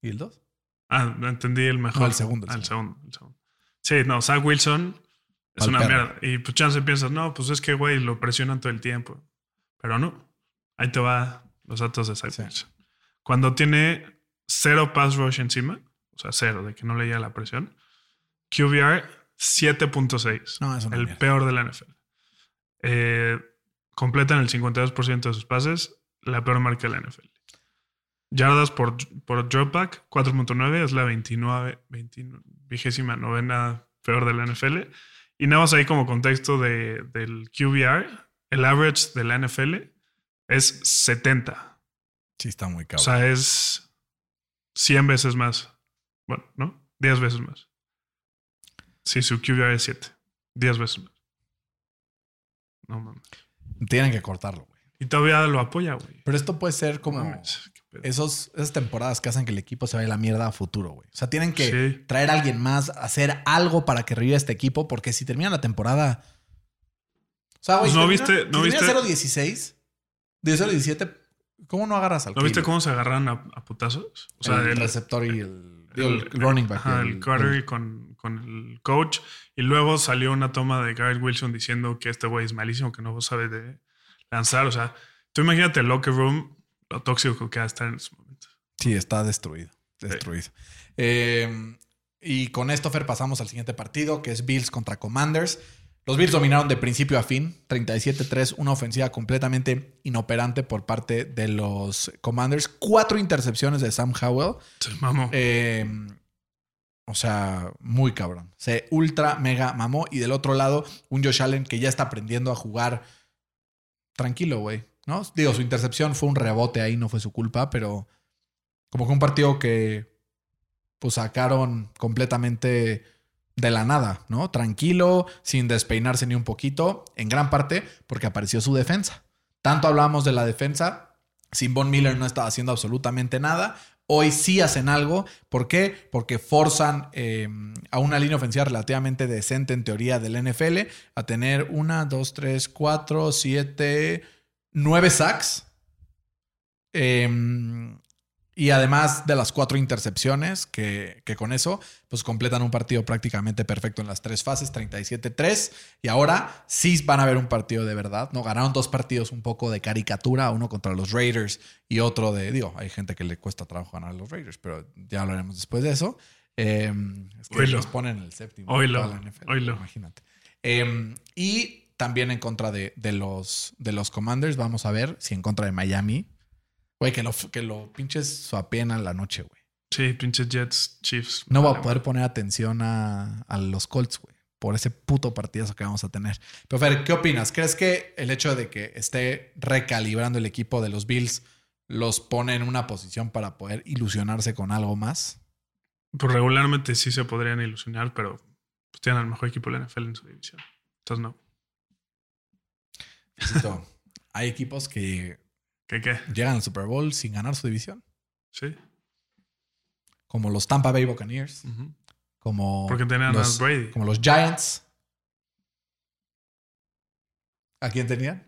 S4: ¿Y el dos?
S3: Ah, entendí el mejor.
S4: No, el segundo, el
S3: Ah, El segundo. el segundo. Sí, no, Zach Wilson es
S4: Al
S3: una
S4: perro.
S3: mierda. Y pues chance piensas, no, pues es que, güey, lo presionan todo el tiempo. Pero no. Ahí te va los datos de Zach
S4: Sí.
S3: Wilson. Cuando tiene cero pass rush encima, o sea, cero, de que no le llega la presión, QBR 7.6.
S4: No, es una
S3: el
S4: mierda.
S3: peor de la NFL. Eh, completan el 52% de sus pases, la peor marca de la NFL. Yardas por, por dropback, 4.9, es la 29, 29 vigésima novena peor de la NFL. Y nada más ahí como contexto de- del QBR, el average de la NFL es 70.
S4: Sí, está muy
S3: O
S4: cabrón.
S3: sea, es 100 veces más. Bueno, ¿no? 10 veces más. Si su QBR es 7. 10 veces más. No mames.
S4: Tienen que cortarlo, güey.
S3: Y todavía lo apoya, güey.
S4: Pero esto puede ser como
S3: Mames, qué pedo.
S4: esos, esas temporadas que hacen que el equipo se vaya a la mierda a futuro, güey. O sea, tienen que
S3: Sí.
S4: traer a alguien más, hacer algo para que reviva este equipo, porque si termina la temporada. O sea, güey,
S3: Pues no
S4: termina-
S3: viste- no
S4: termina
S3: viste-
S4: 0-16, 17 ¿cómo no agarras al
S3: ¿No viste
S4: Caleb?
S3: cómo se agarran a, a putazos? O
S4: el,
S3: sea, el,
S4: receptor y el, digo,
S3: el-
S4: el running back.
S3: ajá,
S4: y
S3: el quarterback con, con el coach. Y luego salió una toma de Garrett Wilson diciendo que este güey es malísimo, que no sabe de lanzar. O sea, tú imagínate el locker room, lo tóxico que va a estar en esos momentos.
S4: Sí, está destruido. Destruido. Eh, y con esto, Fer, pasamos al siguiente partido, que es Bills contra Commanders. Los Bills dominaron de principio a fin, 37-3, una ofensiva completamente inoperante por parte de los Commanders. Cuatro intercepciones de Sam Howell.
S3: Se mamó.
S4: Eh, o sea, muy cabrón. Se ultra mega mamó. Y del otro lado, un Josh Allen que ya está aprendiendo a jugar tranquilo, güey. ¿No? Digo, su intercepción fue un rebote ahí, no fue su culpa, pero como que un partido que pues sacaron completamente de la nada, ¿no? Tranquilo, sin despeinarse ni un poquito, en gran parte porque apareció su defensa. Tanto hablamos de la defensa, sin Von Miller no estaba haciendo absolutamente nada. Hoy sí hacen algo. ¿Por qué? Porque forzan eh, a una línea ofensiva relativamente decente en teoría del NFL a tener una, dos, tres, cuatro, siete, nueve sacks. Eh, y además de las cuatro intercepciones que, que con eso, pues completan un partido prácticamente perfecto en las tres fases, 37-3. Y ahora sí van a ver un partido de verdad, ¿no? Ganaron dos partidos un poco de caricatura, uno contra los Raiders y otro de, digo, hay gente que le cuesta trabajo ganar a los Raiders, pero ya hablaremos después de eso. Eh, es que
S3: Oílo.
S4: los ponen en el séptimo.
S3: Oílo,
S4: toda la NFL,
S3: oílo.
S4: Imagínate. Eh, y también en contra de, de los, de los Commanders, vamos a ver si en contra de Miami. Güey, que lo, que lo pinches suapeen a la noche, güey.
S3: Sí, pinches Jets, Chiefs.
S4: No va
S3: Vale,
S4: a poder poner atención a, a los Colts, güey. Por ese puto partidazo que vamos a tener. Pero Fer, ¿qué opinas? ¿Crees que el hecho de que esté recalibrando el equipo de los Bills los pone en una posición para poder ilusionarse con algo más?
S3: Pues regularmente sí se podrían ilusionar, pero pues tienen el mejor equipo de la NFL en su división. Entonces no.
S4: Insisto, Hay equipos que
S3: ¿Qué qué?
S4: llegan al Super Bowl sin ganar su división,
S3: Sí.
S4: como los Tampa Bay Buccaneers,
S3: Ujú.
S4: como
S3: Porque tenían
S4: los,
S3: a Brady.
S4: como los Giants. ¿A quién tenían?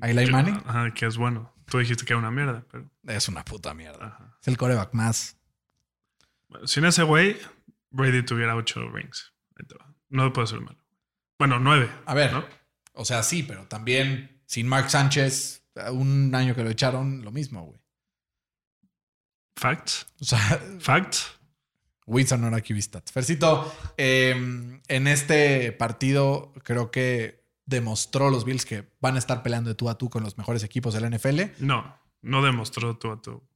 S4: ¿A Eli
S3: Yo-
S4: Manning?
S3: Ajá, que es bueno. Tú dijiste que era una mierda, pero.
S4: Es una puta mierda.
S3: Ajá.
S4: Es el coreback más
S3: Bueno, sin ese güey, Brady tuviera ocho rings. Ahí te va. No puede ser malo. Bueno, nueve.
S4: A ver.
S3: ¿no?
S4: O sea, sí, pero también sin Mark Sánchez, un año que lo echaron, lo mismo, güey.
S3: Facts.
S4: O sea,
S3: Facts.
S4: Wilson no era aquí Vistat. Fercito, eh, en este partido creo que demostró los Bills que van a estar peleando de tú a tú con los mejores equipos de la NFL.
S3: No, no demostró tú a tú.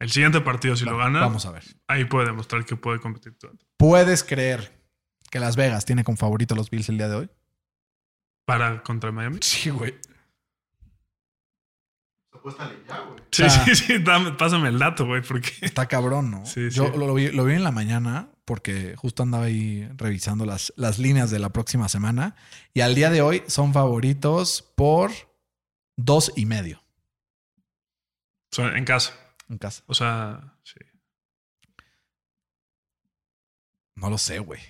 S3: El siguiente partido, si lo gana,
S4: Vamos a ver.
S3: ahí puede demostrar que puede competir tú a tú.
S4: ¿Puedes creer que Las Vegas tiene como favorito a los Bills el día de hoy.
S3: para contra Miami.
S4: Sí, güey.
S5: Apuéstale ya, güey.
S3: Sí,
S4: sea-
S3: sí, sí, dame- pásame el dato, güey, porque
S4: Está cabrón, ¿no?
S3: Sí,
S4: Yo
S3: sí.
S4: Lo, lo vi, lo vi en la mañana porque justo andaba ahí revisando las, las líneas de la próxima semana. Y al día de hoy son favoritos por dos y medio
S3: o sea, en casa.
S4: en casa.
S3: O sea, sí.
S4: No lo sé, güey.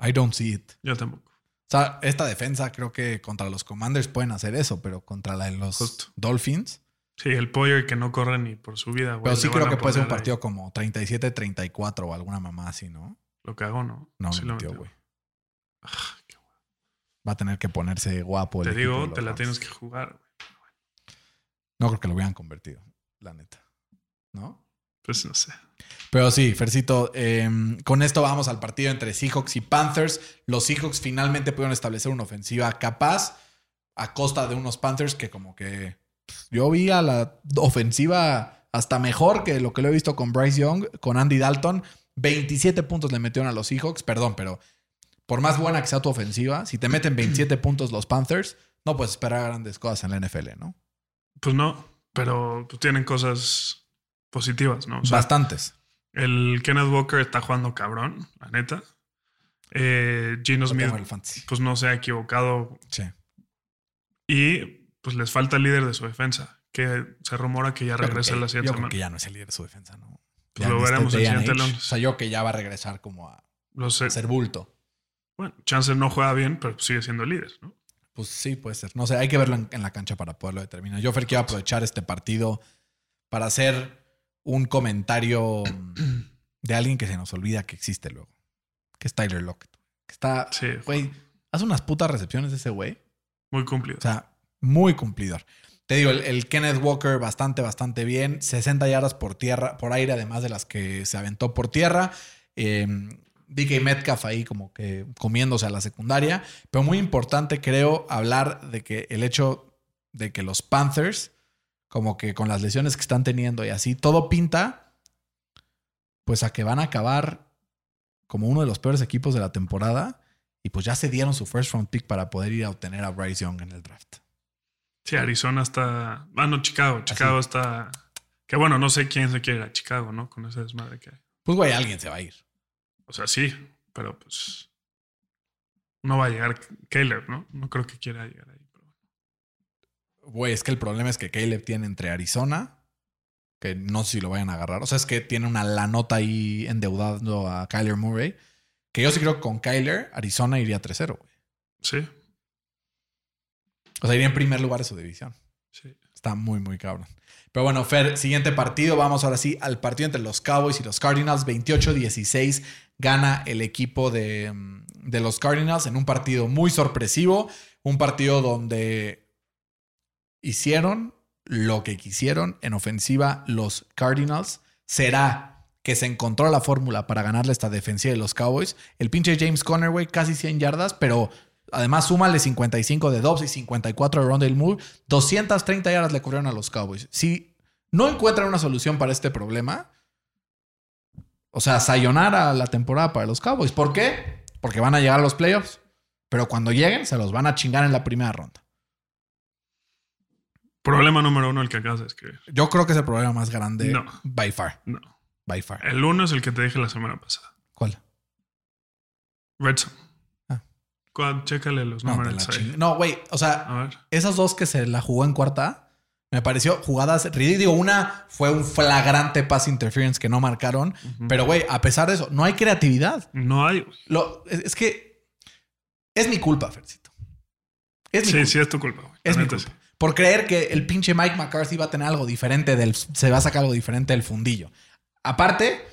S4: I don't see it.
S3: Yo tampoco.
S4: O sea, esta defensa creo que contra los Commanders pueden hacer eso, pero contra la de los
S3: Justo.
S4: Dolphins.
S3: Sí, el pollo que no corre ni por su vida, güey.
S4: Pero
S3: le
S4: sí
S3: van
S4: creo
S3: a
S4: que puede ser un
S3: poner ahí
S4: partido como 37-34 o alguna mamá así, ¿no?
S3: Lo cagó, ¿no?
S4: No,
S3: Sí
S4: lo
S3: lo
S4: metió,
S3: metió.
S4: güey.
S3: Ah, qué guay.
S4: Va a tener que ponerse guapo. el
S3: Te
S4: equipo de
S3: digo,
S4: los
S3: te la
S4: Rams.
S3: tienes que jugar, güey.
S4: No creo que lo hubieran convertido, la neta. ¿No?
S3: Pues no sé.
S4: Pero sí, Fercito, eh, con esto vamos al partido entre Seahawks y Panthers. Los Seahawks finalmente pudieron establecer una ofensiva capaz a costa de unos Panthers que como que pff, yo vi a la ofensiva hasta mejor que lo que lo he visto con Bryce Young, con Andy Dalton. 27 puntos le metieron a los Seahawks, perdón, pero por más buena que sea tu ofensiva, si te meten 27 puntos los Panthers, no puedes esperar grandes cosas en la NFL, ¿no?
S3: Pues no, pero pues, tienen cosas positivas, ¿no? O sea,
S4: Bastantes.
S3: el Kenneth Walker está jugando cabrón, la neta. Eh, Gino
S4: Lo tengo
S3: Smith,
S4: en el fantasy.
S3: pues no se ha equivocado
S4: Sí.
S3: y pues les falta el líder de su defensa, que se rumora que ya
S4: Yo creo
S3: regresa
S4: que-
S3: la siguiente
S4: yo creo
S3: semana.
S4: que ya no es el líder de su defensa, ¿no? Ya
S3: Pues lo
S4: en este
S3: veremos el
S4: day and
S3: siguiente
S4: age,
S3: lunes.
S4: O sea, yo que ya va a regresar como a
S3: Lo sé.
S4: ser bulto.
S3: Bueno, Chance no juega bien, pero sigue siendo líder, ¿no?
S4: Pues sí, puede ser. No sé, hay que verlo en, en la cancha para poderlo determinar. Yo, Fer, quiero aprovechar este partido para hacer un comentario mm, de alguien que se nos olvida que existe luego. Que es Tyler Lockett. Que está,
S3: Sí,
S4: güey, hace unas putas recepciones ese güey.
S3: muy cumplido.
S4: O sea, muy cumplidor. Te digo, el, el Kenneth Walker bastante, bastante bien. 60 yardas por tierra, por aire, además de las que se aventó por tierra. Eh, DK Metcalf ahí como que comiéndose a la secundaria. Pero muy importante, creo, hablar de que el hecho de que los Panthers, como que con las lesiones que están teniendo y así, todo pinta, pues a que van a acabar como uno de los peores equipos de la temporada. Y pues ya se dieron su first round pick para poder ir a obtener a Bryce Young en el draft.
S3: Sí, Arizona está. Ah, no, Chicago. Chicago está. Que bueno, no sé quién se quiere ir a Chicago, ¿no? Con esa desmadre que hay.
S4: Pues güey, alguien se va a ir.
S3: O sea, sí, pero pues. No va a llegar Caleb, ¿no? No creo que quiera llegar ahí. pero bueno.
S4: Güey, es que el problema es que Caleb tiene entre Arizona, que no sé si lo vayan a agarrar. O sea, es que tiene una lanota ahí endeudando a Kyler Murray. Que yo sí creo que con Kyler, Arizona iría 3-0, güey.
S3: Sí,
S4: O sea, iría en primer lugar de su división.
S3: sí.
S4: Está muy, muy cabrón. Pero bueno, Fer, siguiente partido. Vamos ahora sí al partido entre los Cowboys y los Cardinals. 28-16 gana el equipo de, mm, de los Cardinals en un partido muy sorpresivo. Un partido donde hicieron lo que quisieron en ofensiva los Cardinals. Será que se encontró la fórmula para ganarle esta defensiva de los Cowboys. El pinche James Conner, güey, casi 100 yardas, pero además súmale 55 de Dobbs y 54 de Rondale Moore. 230 yardas le corrieron a los Cowboys. Si no encuentran una solución para este problema, o sea, sayonara la temporada para los Cowboys. ¿Por qué? Porque van a llegar a los playoffs. Pero cuando lleguen, se los van a chingar en la primera ronda.
S3: Problema número uno, el que acabas de escribir.
S4: Yo creo que es el problema más grande.
S3: No.
S4: By far.
S3: No.
S4: By far.
S3: El uno es el que te dije la semana pasada.
S4: ¿Cuál?
S3: Redson.
S4: Ah.
S3: Cuad- Chécale los
S4: No, te la
S3: números ahí.
S4: ching- no, güey. O sea,
S3: A ver.
S4: esas dos que se la jugó en cuarta, me pareció jugadas ridículas. Digo, una fue un flagrante pass interference que no marcaron.
S3: Ujú.
S4: Pero, güey, a pesar de eso, no hay creatividad.
S3: No hay. güey.
S4: Lo, es, es que es mi culpa, Fercito. Es mi
S3: Sí,
S4: culpa.
S3: sí, es tu culpa, güey.
S4: Es
S3: La
S4: mi
S3: neta,
S4: culpa. Por creer que el pinche Mike McCarthy va a tener algo diferente del. Se va a sacar algo diferente del fundillo. Aparte,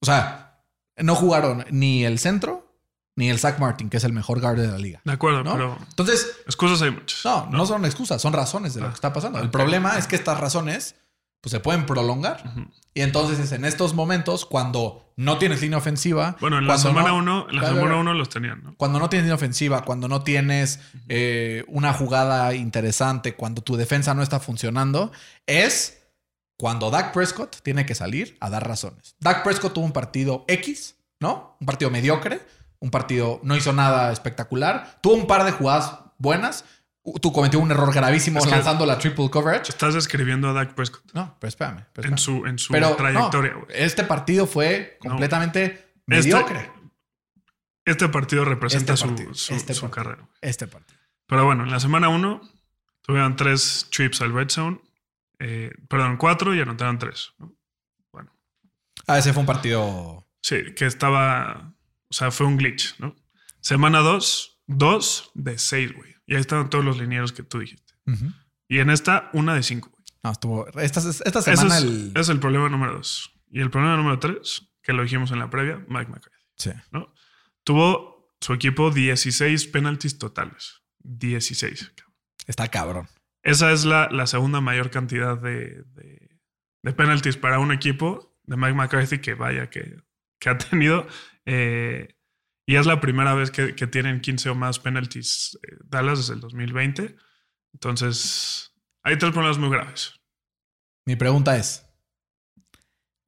S4: o sea, no jugaron ni el centro ni el Zach Martin, que es el mejor guard de la liga.
S3: sí. De acuerdo,
S4: ¿no?
S3: pero
S4: Entonces,
S3: excusas hay muchas.
S4: no, no, son excusas, son razones de lo
S3: Ah,
S4: que está pasando. El
S3: ok.
S4: problema es que estas razones pues, se pueden prolongar.
S3: Ujú.
S4: Y entonces es en estos momentos cuando no tienes línea ofensiva.
S3: Bueno, en la
S4: cuando
S3: semana
S4: no-
S3: uno, en la
S4: Claro,
S3: semana
S4: claro.
S3: uno los tenían, ¿no?
S4: Cuando no tienes línea ofensiva, cuando no tienes eh, una jugada interesante, cuando tu defensa no está funcionando, es cuando Dak Prescott tiene que salir a dar razones. Dak Prescott tuvo un partido X, ¿no? Un partido mediocre, Un partido no hizo nada espectacular. Tuvo un par de jugadas buenas. U- Tú cometió un error gravísimo
S3: Es que-
S4: lanzando la triple coverage.
S3: Estás describiendo a Dak Prescott
S4: Pues No, pero espérame. pero
S3: en
S4: espérame.
S3: su, en su
S4: Pero, no,
S3: trayectoria, güey.
S4: este partido fue
S3: No.
S4: completamente
S3: Este-
S4: mediocre.
S3: Este partido representa
S4: Este
S3: su-
S4: partido,
S3: su,
S4: este
S3: su
S4: partido.
S3: carrera.
S4: Este partido.
S3: Pero bueno, en la semana 1 tuvieron tres trips al Red Zone. eh, perdón, cuatro y anotaron tres. ¿no?
S4: Ah, ese fue un partido.
S3: Sí, que estaba. O sea, fue un glitch, ¿no? Semana 2, 2 de 6, güey. Y ahí estaban todos los linieros que tú dijiste.
S4: Ujú.
S3: Y en esta, una de 5.
S4: No, estuvo. Esta, esta
S3: Ese
S4: semana
S3: es,
S4: el.
S3: es el problema número 2. Y el problema número 3, que lo dijimos en la previa, Mike McCarthy,
S4: Sí.
S3: ¿no? Tuvo su equipo 16 penaltis totales. 16. cabrón.
S4: Está cabrón.
S3: Esa es la, la segunda mayor cantidad de, de, de penalties para un equipo de Mike McCarthy que vaya que, que ha tenido. eh, y es la primera vez que, que tienen 15 o más penalties eh, Dallas desde el 2020. Entonces, hay tres problemas muy graves.
S4: Mi pregunta es: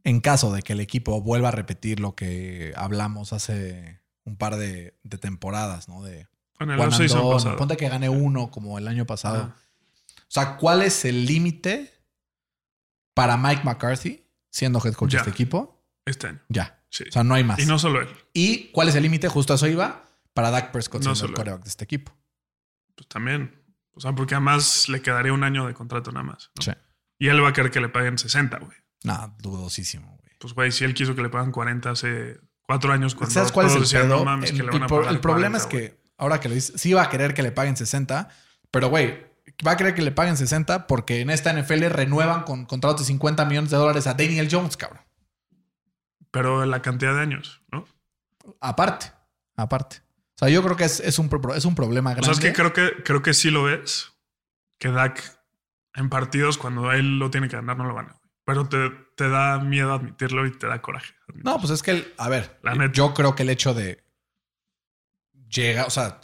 S4: en caso de que el equipo vuelva a repetir lo que hablamos hace un par de, de temporadas, ¿no? De
S3: Con el
S4: Juan
S3: oso hizo
S4: Andón,
S3: pasado.
S4: ponte que gane uno como el año pasado.
S3: Ah,
S4: O sea, ¿cuál es el límite para Mike McCarthy siendo head coach
S3: Ya.
S4: de este equipo?
S3: este año.
S4: Ya.
S3: Sí.
S4: O sea, no hay más.
S3: y no solo él.
S4: ¿Y cuál es el límite? Justo a eso iba para Dak Prescott siendo
S3: No
S4: el
S3: solo.
S4: quarterback de este equipo.
S3: Pues también. O sea, porque además le quedaría un año de contrato nada más. ¿no?
S4: Sí.
S3: Y él va a querer que le paguen 60, güey.
S4: Nah, dudosísimo, güey.
S3: pues güey, si él quiso que le paguen 40 hace cuatro años cuando
S4: ¿Sabes cuál es el
S3: todos decían,
S4: pedo?
S3: no mames,
S4: el,
S3: que le van a
S4: el pro-
S3: pagar
S4: el problema
S3: 40,
S4: es que,
S3: güey".
S4: ahora que lo dices, sí va a querer que le paguen 60, pero güey, va a querer que le paguen 60 porque en esta NFL renuevan con contratos de 50 millones de dólares a Daniel Jones, cabrón.
S3: Pero la cantidad de años, ¿no?
S4: Aparte, aparte. O sea, yo creo que es, es un, pro- es un problema
S3: O
S4: grande.
S3: sea, Pues es que creo que, creo que sí lo ves, que Dak en partidos cuando él lo tiene que ganar no lo gana. güey. Pero te, te da miedo admitirlo y te da coraje. admitirlo.
S4: No, pues es que, el- a ver,
S3: La neta.
S4: yo creo que el hecho de llega, o sea,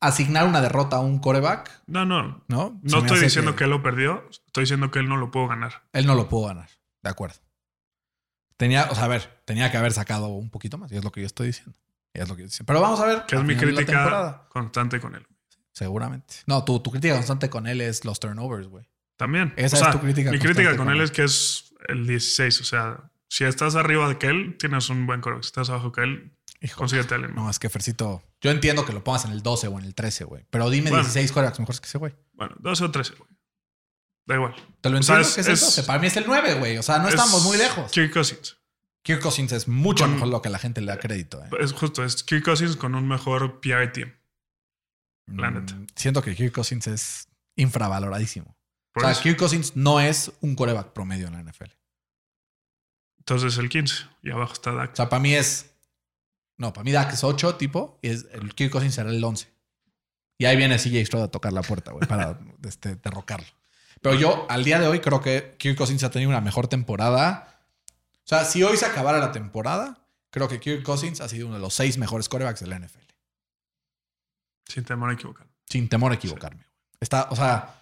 S4: asignar una derrota a un coreback,
S3: No, no.
S4: ¿no? Se
S3: No
S4: me
S3: estoy
S4: hace
S3: diciendo que... él lo perdió, estoy diciendo que él no lo pudo ganar.
S4: Él no lo pudo ganar, de acuerdo. Tenía, o sea, a ver, tenía que haber sacado un poquito más, y es lo que yo estoy diciendo. Y es lo que yo estoy diciendo. Pero vamos a ver.
S3: Que es
S4: al
S3: mi
S4: final de la
S3: crítica
S4: temporada,
S3: constante con él.
S4: Seguramente. No, tu, tu crítica constante con él es los turnovers, güey.
S3: También.
S4: Esa
S3: O sea,
S4: es tu crítica
S3: Mi
S4: constante
S3: crítica con
S4: con
S3: él
S4: él.
S3: es que es el 16. O sea, si estás arriba de que él, tienes un buen coreback. Si estás abajo que él,
S4: Hijo.
S3: Consíguete a alguien.
S4: No, es que Fercito. Yo entiendo que lo pongas en el 12 o en el 13, güey. Pero dime
S3: Bueno.
S4: 16 corebacks mejores que ese, güey.
S3: Bueno, 12 o 13, güey. Da igual.
S4: Te lo
S3: O sea,
S4: entiendo
S3: es-
S4: que es, el
S3: es-
S4: 12. Para mí es el 9, güey. O sea, no estamos muy lejos.
S3: Kirk Cousins.
S4: Kirk Cousins es mucho
S3: Con-
S4: mejor lo que la gente le da crédito. eh.
S3: Es justo, es Kirk Cousins con un mejor PI team. la
S4: Mm,
S3: neta.
S4: Siento que Kirk Cousins es infravaloradísimo. O
S3: Por
S4: sea,
S3: eso.
S4: Kirk Cousins no es un coreback promedio en la NFL.
S3: Entonces el 15 y abajo está
S4: O
S3: Dak.
S4: sea, para mí es. No, para mí Dak es 8, tipo, y es, el Kirk Cousins será el 11. Y ahí viene CJ Stroud a tocar la puerta, güey, para este, derrocarlo. Pero yo, al día de hoy, creo que Kirk Cousins ha tenido una mejor temporada. O sea, si hoy se acabara la temporada, creo que Kirk Cousins ha sido uno de los seis mejores corebacks de la NFL.
S3: Sin temor a equivocar.
S4: Sin temor a equivocarme. Está, o sea.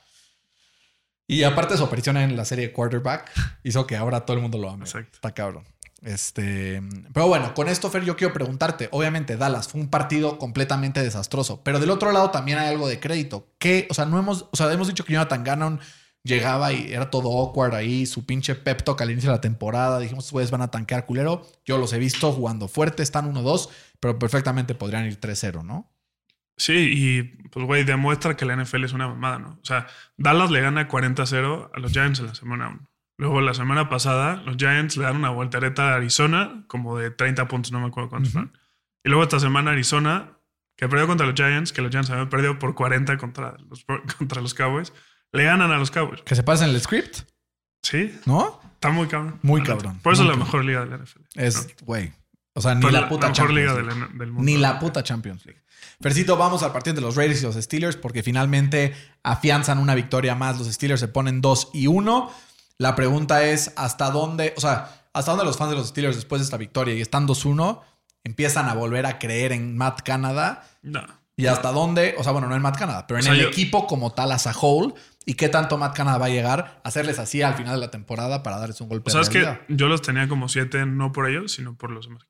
S4: Y aparte su aparición en la serie Quarterback hizo que ahora todo el mundo lo ame.
S3: Exacto.
S4: Está cabrón. Este, pero bueno, con esto, Fer, yo quiero preguntarte. Obviamente, Dallas fue un partido completamente desastroso, pero del otro lado también hay algo de crédito. Que, o sea, no hemos, o sea, hemos dicho que Jonathan Gannon llegaba y era todo awkward ahí, su pinche pep talk al inicio de la temporada. Dijimos, ustedes van a tanquear culero. Yo los he visto jugando fuerte, están 1-2, pero perfectamente podrían ir 3-0, ¿no?
S3: Sí, y pues, güey, demuestra que la NFL es una mamada, ¿no? O sea, Dallas le gana 40-0 a los Giants en la semana 1. Luego, la semana pasada, los Giants le dan una voltereta a Arizona, como de 30 puntos, no me acuerdo cuántos
S4: Ujú.
S3: fueron. Y luego, esta semana, Arizona, que perdió contra los Giants, que los Giants habían perdido por 40 contra los, contra los Cowboys, le ganan a los Cowboys.
S4: Que se pasen el script,
S3: Sí,
S4: ¿no?
S3: Está muy cabrón.
S4: Muy
S3: La neta.
S4: cabrón,
S3: Por eso
S4: muy
S3: es la
S4: cabrón.
S3: mejor liga de la NFL.
S4: Es,
S3: ¿no?
S4: güey. O sea, ni
S3: Pero
S4: la, puta
S3: mejor
S4: Champions
S3: liga de
S4: League.
S3: la- del mundo.
S4: Ni la puta Champions League. Fercito, vamos al partido entre los Raiders y los Steelers porque finalmente afianzan una victoria más. Los Steelers se ponen 2 y 1. La pregunta es hasta dónde, o sea, hasta dónde los fans de los Steelers después de esta victoria y están 2-1 empiezan a volver a creer en Matt Canada
S3: No.
S4: y hasta dónde, o sea, bueno, no en Matt Canada, pero en
S3: O sea,
S4: el
S3: yo-
S4: equipo como tal as a whole y qué tanto Matt Canada va a llegar a hacerles así al final de la temporada para darles un golpe
S3: O sea,
S4: de
S3: es que
S4: realidad.
S3: yo los tenía como siete, no por ellos, sino por los demás.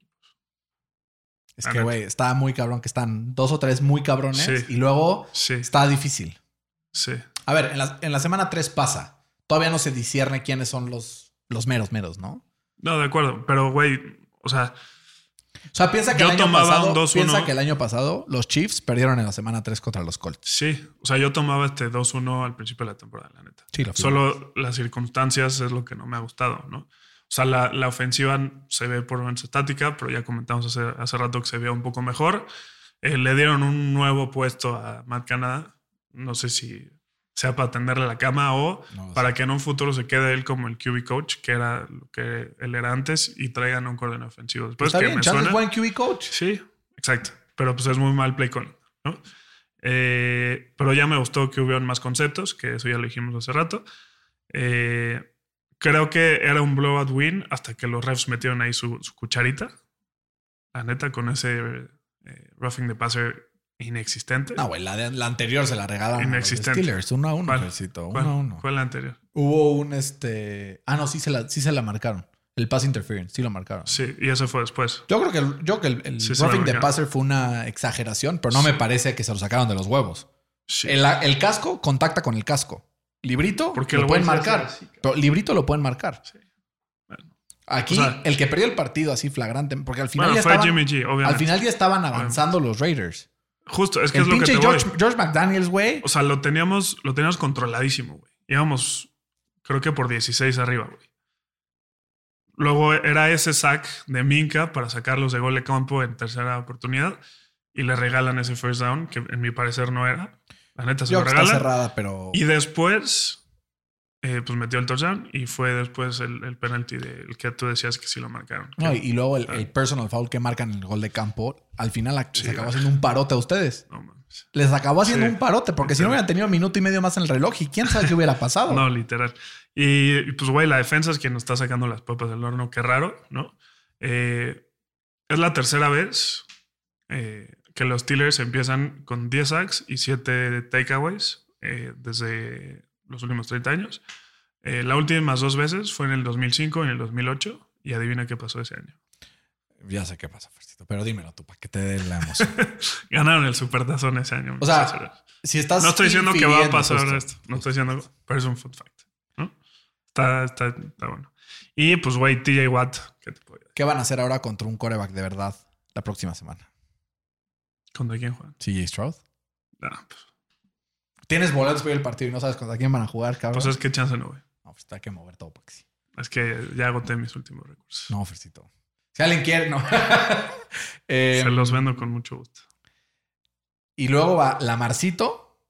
S4: Es
S3: La
S4: que,
S3: neta.
S4: güey, está muy cabrón, que están dos o tres muy cabrones
S3: Sí.
S4: y luego
S3: Sí,
S4: está difícil.
S3: sí.
S4: A ver, en la, en la semana 3 pasa. Todavía no se discierne quiénes son los, los meros meros, ¿no?
S3: No, de acuerdo. Pero, güey, o sea,
S4: O sea, piensa que,
S3: Yo
S4: el año
S3: tomaba
S4: pasado,
S3: un 2-1.
S4: piensa que el año pasado los Chiefs perdieron en la semana 3 contra los Colts.
S3: sí. O sea, yo tomaba este 2-1 al principio de la temporada, la neta.
S4: Sí, lo firmo.
S3: Solo las circunstancias es lo que no me ha gustado, ¿no? O sea, la, la ofensiva se ve por lo menos estática, pero ya comentamos hace, hace rato que se veía un poco mejor. Eh, le dieron un nuevo puesto a Matt Canada. No sé si sea para tenderle la cama o
S4: No lo
S3: para que en un futuro se quede él como el QB coach, que era lo que él era antes, y traigan un coordinador ofensivo. Después
S4: Pues está
S3: que
S4: bien,
S3: me
S4: Chance
S3: suena.
S4: es buen QB coach.
S3: Sí, exacto. Pero pues es muy mal play calling, ¿no? Eh, pero ya me gustó que hubieron más conceptos, que eso ya lo dijimos hace rato. Eh, creo que era un blowout win hasta que los refs metieron ahí su, su cucharita. La neta, con ese eh, roughing the passer inexistente.
S4: No, güey, la, de- la anterior se la regalaron a los
S3: Inexistente.
S4: Steelers. Uno a uno,
S3: ¿Cuál?
S4: Fercito,
S3: ¿Cuál,
S4: Uno a uno.
S3: cuál la anterior?
S4: Hubo un este. Ah, no, sí se la, sí se la marcaron. El pass interference, sí lo marcaron.
S3: Sí, y eso fue después.
S4: Yo creo que el, yo creo que el, el
S3: Sí, se la
S4: roughing the
S3: marcaron.
S4: passer fue una exageración, pero no me parece que se lo sacaron de los huevos.
S3: Sí.
S4: El, el casco contacta con el casco. Librito
S3: Porque
S4: lo
S3: lo
S4: pueden
S3: voy a
S4: marcar.
S5: así, cabrón.
S4: pero librito lo pueden marcar.
S3: Sí. Bueno.
S4: Aquí,
S3: O sea-
S4: el que perdió el partido así flagrante, porque al final,
S3: Bueno,
S4: ya,
S3: fue
S4: estaban,
S3: Jimmy G, obviamente.
S4: al final ya estaban avanzando los Raiders.
S3: Justo, es que
S4: El
S3: es lo que
S4: pinche
S3: te voy.
S4: George, George McDaniels, güey.
S3: O sea, lo teníamos, lo teníamos controladísimo, güey. Íbamos, creo que por 16 arriba, güey. Luego era ese sack de Minka para sacarlos de gol de campo en tercera oportunidad y le regalan ese first down, que en mi parecer no era. La neta se
S4: Yo
S3: lo
S4: creo que está
S3: regalan.
S4: cerrada, pero.
S3: Y después, eh, pues metió el touchdown y fue después el, el penalti del que tú decías que sí lo marcaron. Que-
S4: No, y, y luego el, el personal foul que marcan en el gol de campo, al final ac- les
S3: Ah. Sí,
S4: acabó
S3: ah.
S4: haciendo un parote a ustedes.
S3: no, mames.
S4: Les acabó haciendo
S3: Sí.
S4: un parote, porque si no
S3: Sí.
S4: hubieran tenido minuto y medio más en el reloj, y quién sabe qué hubiera pasado.
S3: No, literal. Y, y, pues, güey, la defensa es quien nos está sacando las papas del horno. Qué raro, ¿no? Eh, es la tercera vez eh, que los Steelers empiezan con 10 sacks y 7 takeaways eh, desde los últimos 30 años. Eh, la última dos veces fue en el 2005 y en el 2008. Y adivina qué pasó ese año.
S4: Ya sé qué pasa, Fercito, pero dímelo tú, para que te dé la emoción.
S3: Ganaron el supertazón ese año.
S4: O sea, si estás
S3: no estoy diciendo que va a
S4: infiriendo
S3: pasar
S4: justo.
S3: esto. No estoy diciendo, pero es un fun fact. ¿no? Está, está, está bueno. Y pues, güey, TJ Watt, ¿qué te puedo decir?
S4: ¿Qué van a hacer ahora contra un coreback de verdad la próxima semana?
S3: ¿Contra quién juegan?
S4: CJ Stroud.
S3: No, pues,
S4: Tienes boletos para ir al partido y no sabes contra quién van a jugar, cabrón.
S3: pues es que chance no, güey.
S4: No, pues, hay que mover todo para que sí.
S3: Es que ya agoté mis últimos recursos.
S4: No, pues Fercito. Si alguien quiere, no. Eh,
S3: Se los vendo con mucho gusto.
S4: y luego va Lamarcito.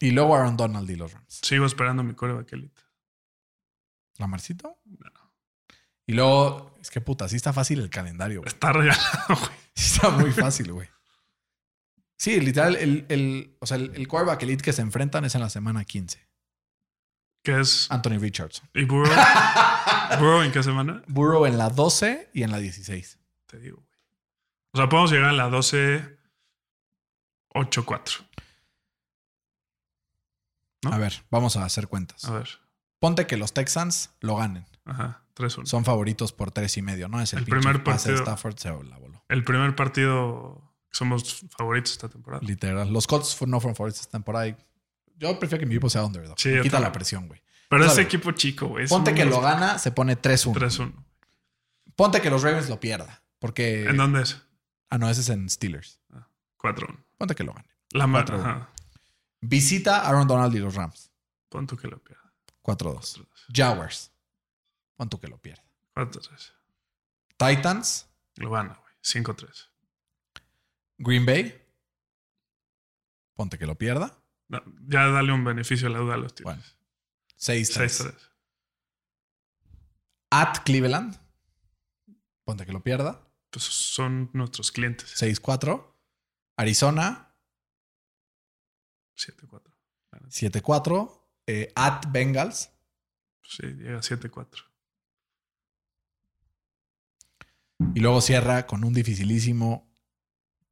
S4: Y luego Aaron Donald y los Rams.
S3: Sigo esperando mi core baquelita.
S4: ¿Lamarcito? Y luego, es que puta, sí está fácil el calendario, güey.
S3: Está regalado, güey.
S4: Sí está muy fácil, güey. Sí, literal, el, el- o sea, el, el quarterback elite que se enfrentan es en la semana 15.
S3: ¿Qué es?
S4: Anthony Richardson.
S3: ¿Y Burrow? ¿Burrow en qué semana?
S4: Burrow en la 12 y en la 16.
S3: Te digo, güey. O sea, podemos llegar a la 12 8-4. ¿No?
S4: A ver, vamos a hacer cuentas.
S3: A ver.
S4: Ponte que los Texans lo ganen.
S3: Ajá, 3-1.
S4: Son favoritos por tres y medio, ¿no? Es el,
S3: El
S4: pinche
S3: primer
S4: pase de
S3: partido.
S4: Stafford se la voló.
S3: El primer partido que somos favoritos esta temporada.
S4: Literal. Los Colts fu- no fueron favoritos esta temporada. y Yo prefiero que mi equipo sea underdog.
S3: Sí,
S4: Me
S3: yo
S4: Quita la
S3: también.
S4: presión, güey.
S3: Pero
S4: Sabe.
S3: ese equipo chico, güey. es
S4: Ponte
S3: un-
S4: que lo gana, se pone 3-1.
S3: 3-1.
S4: Ponte que los Ravens lo pierda. Porque.
S3: ¿En dónde es?
S4: Ah, no, ese es en Steelers.
S3: 4-1.
S4: Ponte que lo gane.
S3: La mano.
S4: 4-1.
S3: Ajá.
S4: Visita Aaron Donald y los Rams.
S3: Pon tú que lo pierda.
S4: 4-2.
S3: 4-2.
S4: Jaguars. Pon tú que lo pierda.
S3: 4-3.
S4: Titans.
S3: Lo gana, güey. 5-3.
S4: Green Bay. Ponte que lo pierda.
S3: No, ya dale un beneficio a la duda a los tíos.
S4: Bueno, 6-3.
S3: 6-3.
S4: At Cleveland. Ponte que lo pierda.
S3: Pues son nuestros clientes.
S4: 6-4. Arizona.
S3: 7-4.
S4: 7-4. Eh, at Bengals.
S3: Sí, llega a 7-4.
S4: Y luego cierra con un dificilísimo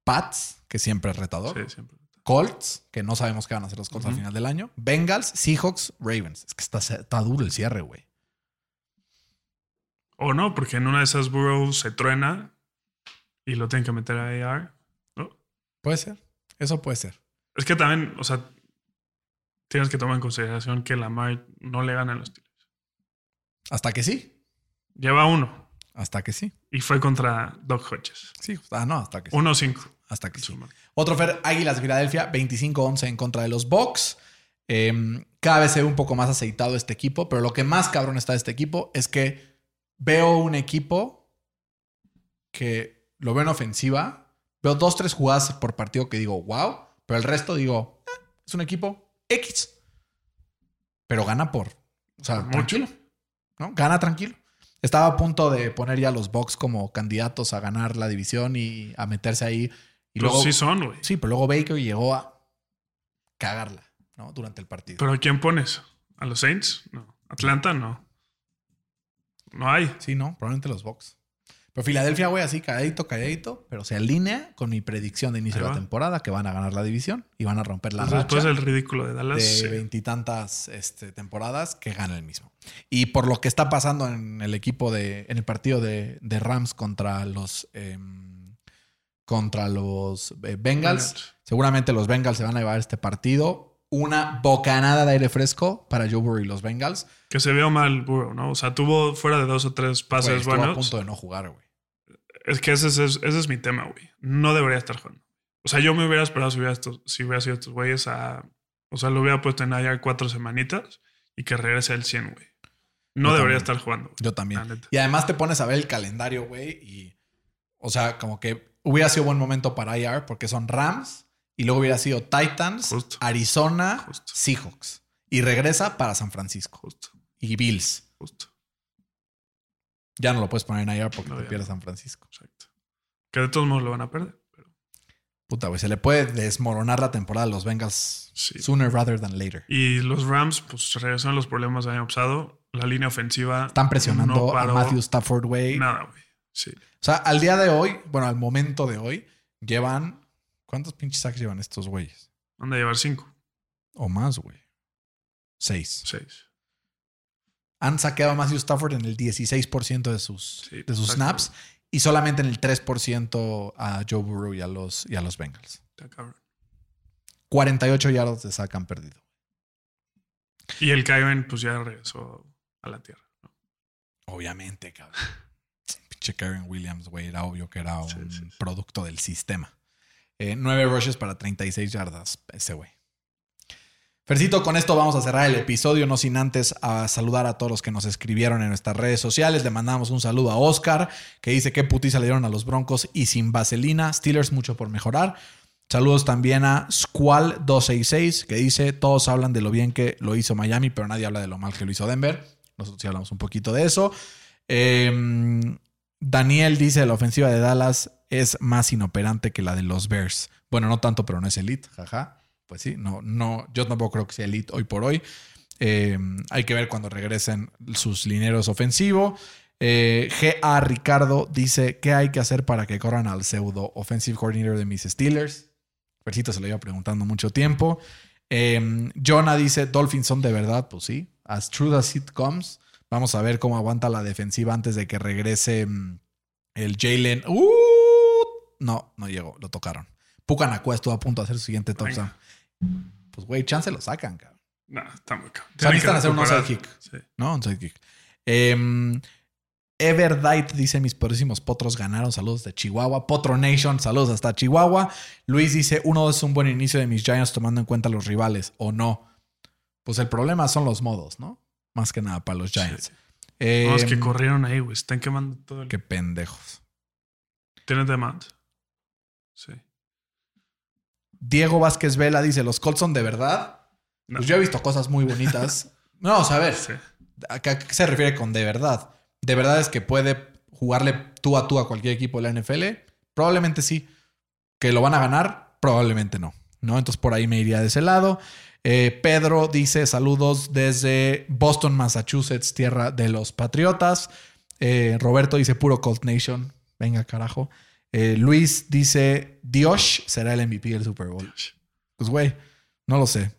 S4: Pats, que siempre es retador.
S3: Sí, siempre.
S4: Colts, que no sabemos qué van a hacer los Colts al
S3: Ujú.
S4: final del año. Bengals, Seahawks, Ravens. Es que está, está duro el cierre, güey.
S3: O no, porque en una de esas Burrow se truena y lo tienen que meter a AR. ¿no?
S4: Puede ser. Eso puede ser.
S3: Es que también, o sea, tienes que tomar en consideración que Lamar no le gana a los Steelers.
S4: Hasta que sí.
S3: Lleva uno
S4: Hasta que sí.
S3: y fue contra Doc Hodges.
S4: Sí. Ah, no, hasta que sí.
S3: 1-5.
S4: Hasta que
S3: en su
S4: sí.
S3: marca.
S4: Otro Fer, Águilas Filadelfia, 25-11 en contra de los Bucks. Eh, cada vez se ve un poco más aceitado este equipo, pero lo que más cabrón está de este equipo es que veo un equipo que lo veo en ofensiva. Veo dos, tres jugadas por partido que digo, wow, pero el resto digo, "Eh, es un equipo X. Pero gana por, o sea,
S3: Mucho.
S4: tranquilo, ¿no? Gana tranquilo. Estaba a punto de poner ya los Bucks como candidatos a ganar la división y a meterse ahí. Y
S3: Pues sí son, güey.
S4: Sí, pero luego Baker llegó a cagarla, ¿no? Durante el partido.
S3: Pero ¿a quién pones? ¿A los Saints? No. ¿Atlanta? No. No hay.
S4: sí, ¿no? Probablemente los Bucks. Pero Filadelfia, güey, así calladito, calladito, pero se alinea con mi predicción de inicio
S3: Ahí
S4: de la
S3: va.
S4: temporada que van a ganar la división y van a romper la
S3: Entonces, después
S4: racha
S3: del ridículo de Dallas.
S4: de
S3: sí.
S4: veintitantas este, temporadas que gana el mismo. Y por lo que está pasando en el equipo de, en el partido de, de Rams contra los em, contra los eh, Bengals,
S3: Bengals.
S4: Seguramente los Bengals se van a llevar este partido. Una bocanada de aire fresco para Joe Burrow y los Bengals.
S3: Que se vio mal Burrow, ¿no? O sea, tuvo fuera de dos o tres
S4: Güey,
S3: pases
S4: estuvo a
S3: buenos.
S4: punto de no jugar, güey.
S3: Es que ese es, ese es mi tema, güey. No debería estar jugando. O sea, yo me hubiera esperado si hubiera, estos- si hubiera sido estos güeyes a... O sea, lo hubiera puesto en allá cuatro semanitas y que regrese al 100, güey. No
S4: Yo
S3: debería
S4: también.
S3: estar jugando. güey.
S4: Yo también.
S3: La neta.
S4: Y además te pones a ver el calendario, güey. Y, o sea, como que hubiera sido buen momento para IR porque son Rams y luego hubiera sido Titans,
S3: Justo.
S4: Arizona,
S3: Justo.
S4: Seahawks. Y regresa para San Francisco
S3: Justo,
S4: y Bills.
S3: justo.
S4: Ya no lo puedes poner en IR porque
S3: No,
S4: te
S3: ya
S4: pierdes
S3: no.
S4: San Francisco.
S3: Exacto. Que de todos modos lo van a perder. pero
S4: Puta, güey. Se le puede desmoronar la temporada a los Bengals
S3: sí.
S4: sooner rather than later.
S3: Y los Rams, pues regresaron los problemas del año pasado. La línea ofensiva.
S4: Están presionando
S3: no
S4: a
S3: paró
S4: Matthew Stafford, güey.
S3: Nada, güey. Sí.
S4: O sea, al día de hoy, bueno, al momento de hoy, llevan. ¿Cuántos pinches sacks llevan estos güeyes?
S3: Van a llevar cinco,
S4: O más, güey. Seis.
S3: seis.
S4: Han saqueado a Matthew Stafford en el 16% de sus,
S3: Sí,
S4: de sus
S3: exacto.
S4: snaps y solamente en el 3% a Joe Burrow y a los, y a los Bengals.
S3: Está cabrón.
S4: 48 yardas de sack han perdido.
S3: Y el Kyren, pues ya regresó a la tierra. ¿no?
S4: Obviamente, cabrón. Pinche Karen Williams, güey, era obvio que era un
S3: Sí, sí, sí.
S4: producto del sistema. Eh, nueve rushes para 36 yardas, ese güey. Fercito, con esto vamos a cerrar el episodio, no sin antes a saludar a todos los que nos escribieron en nuestras redes sociales. Le mandamos un saludo a Oscar, que dice que putiza le dieron a los Broncos y sin vaselina. Steelers mucho por mejorar. Saludos también a Squall266, que dice, todos hablan de lo bien que lo hizo Miami, pero nadie habla de lo mal que lo hizo Denver. Nosotros sí hablamos un poquito de eso. Eh, Daniel dice, la ofensiva de Dallas es más inoperante que la de los Bears. Bueno, no tanto, pero no es elite, jaja. Pues sí, no, no, yo tampoco creo que sea elite hoy por hoy. Eh, hay que ver cuando regresen sus lineros ofensivo. Eh, GA Ricardo dice, ¿qué hay que hacer para que corran al pseudo offensive coordinator de mis Steelers? Versito se lo iba preguntando mucho tiempo. Eh, Jonah dice, Dolphins son de verdad, pues sí. As true as it comes. Vamos a ver cómo aguanta la defensiva antes de que regrese mm, el Jalen. ¡Uh! No, no llegó, lo tocaron. Pucanacua estuvo a punto de hacer su siguiente top
S3: Venga.
S4: down. Pues güey, chance lo sacan, cabrón.
S3: No, está muy cabrón.
S4: sea,
S3: Tienen que
S4: necesitan hacer un
S3: recuperar.
S4: onside kick.
S3: Sí.
S4: ¿no? Un sidekick. Em, Everdite dice: Mis poderísimos potros ganaron. Saludos de Chihuahua. Potro Nation, saludos hasta Chihuahua. Luis dice: Uno es un buen inicio de mis Giants tomando en cuenta los rivales, o no. Pues el problema son los modos, ¿no? Más que nada para los Giants.
S3: Sí. No, es que
S4: Em,
S3: corrieron ahí, güey. Están quemando todo el.
S4: Qué pendejos.
S3: Tienen demandas. Sí.
S4: Diego Vázquez Vela dice: Los Colts son de verdad.
S3: No.
S4: Pues yo he visto cosas muy bonitas. no, o sea, a ver.
S3: Sí.
S4: ¿A qué a qué se refiere con de verdad? ¿De verdad es que puede jugarle tú a tú a cualquier equipo de la NFL? Probablemente sí. ¿Que lo van a ganar? Probablemente no. ¿no? Entonces por ahí me iría de ese lado. Eh, Pedro dice saludos desde Boston, Massachusetts, tierra de los Patriotas. Eh, Roberto dice puro Colt Nation. Venga, carajo. Eh, Luis dice Dios será el MVP del Super Bowl. Pues, güey, no lo sé.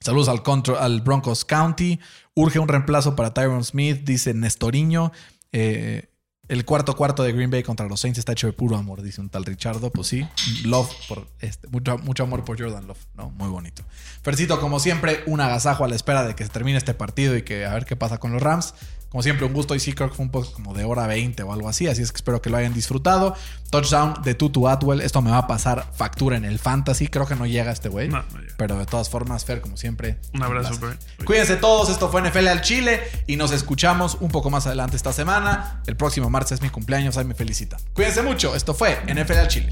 S4: Saludos al, contro- al Broncos County. Urge un reemplazo para Tyron Smith, dice Nestoriño. Eh, El cuarto cuarto de Green Bay contra los Saints está hecho de puro amor, dice un tal Richardo. Pues sí, love por este, mucho, mucho amor por Jordan Love, ¿no? Muy bonito. Fercito, como siempre, un agasajo a la espera de que se termine este partido y que a ver qué pasa con los Rams. Como siempre, un gusto. Y sí, creo que fue un poco como de hora 20 o algo así. Así es que espero que lo hayan disfrutado. Touchdown de Tutu Atwell. Esto me va a pasar factura en el fantasy. Creo que no llega este güey.
S3: No, no llega.
S4: Pero de todas formas, Fer, como siempre.
S3: Un abrazo,
S4: placer.
S3: Fer.
S4: Cuídense todos. Esto fue NFL al Chile. Y nos escuchamos un poco más adelante esta semana. El próximo martes es mi cumpleaños. Ahí me felicita. Cuídense mucho. Esto fue NFL al Chile.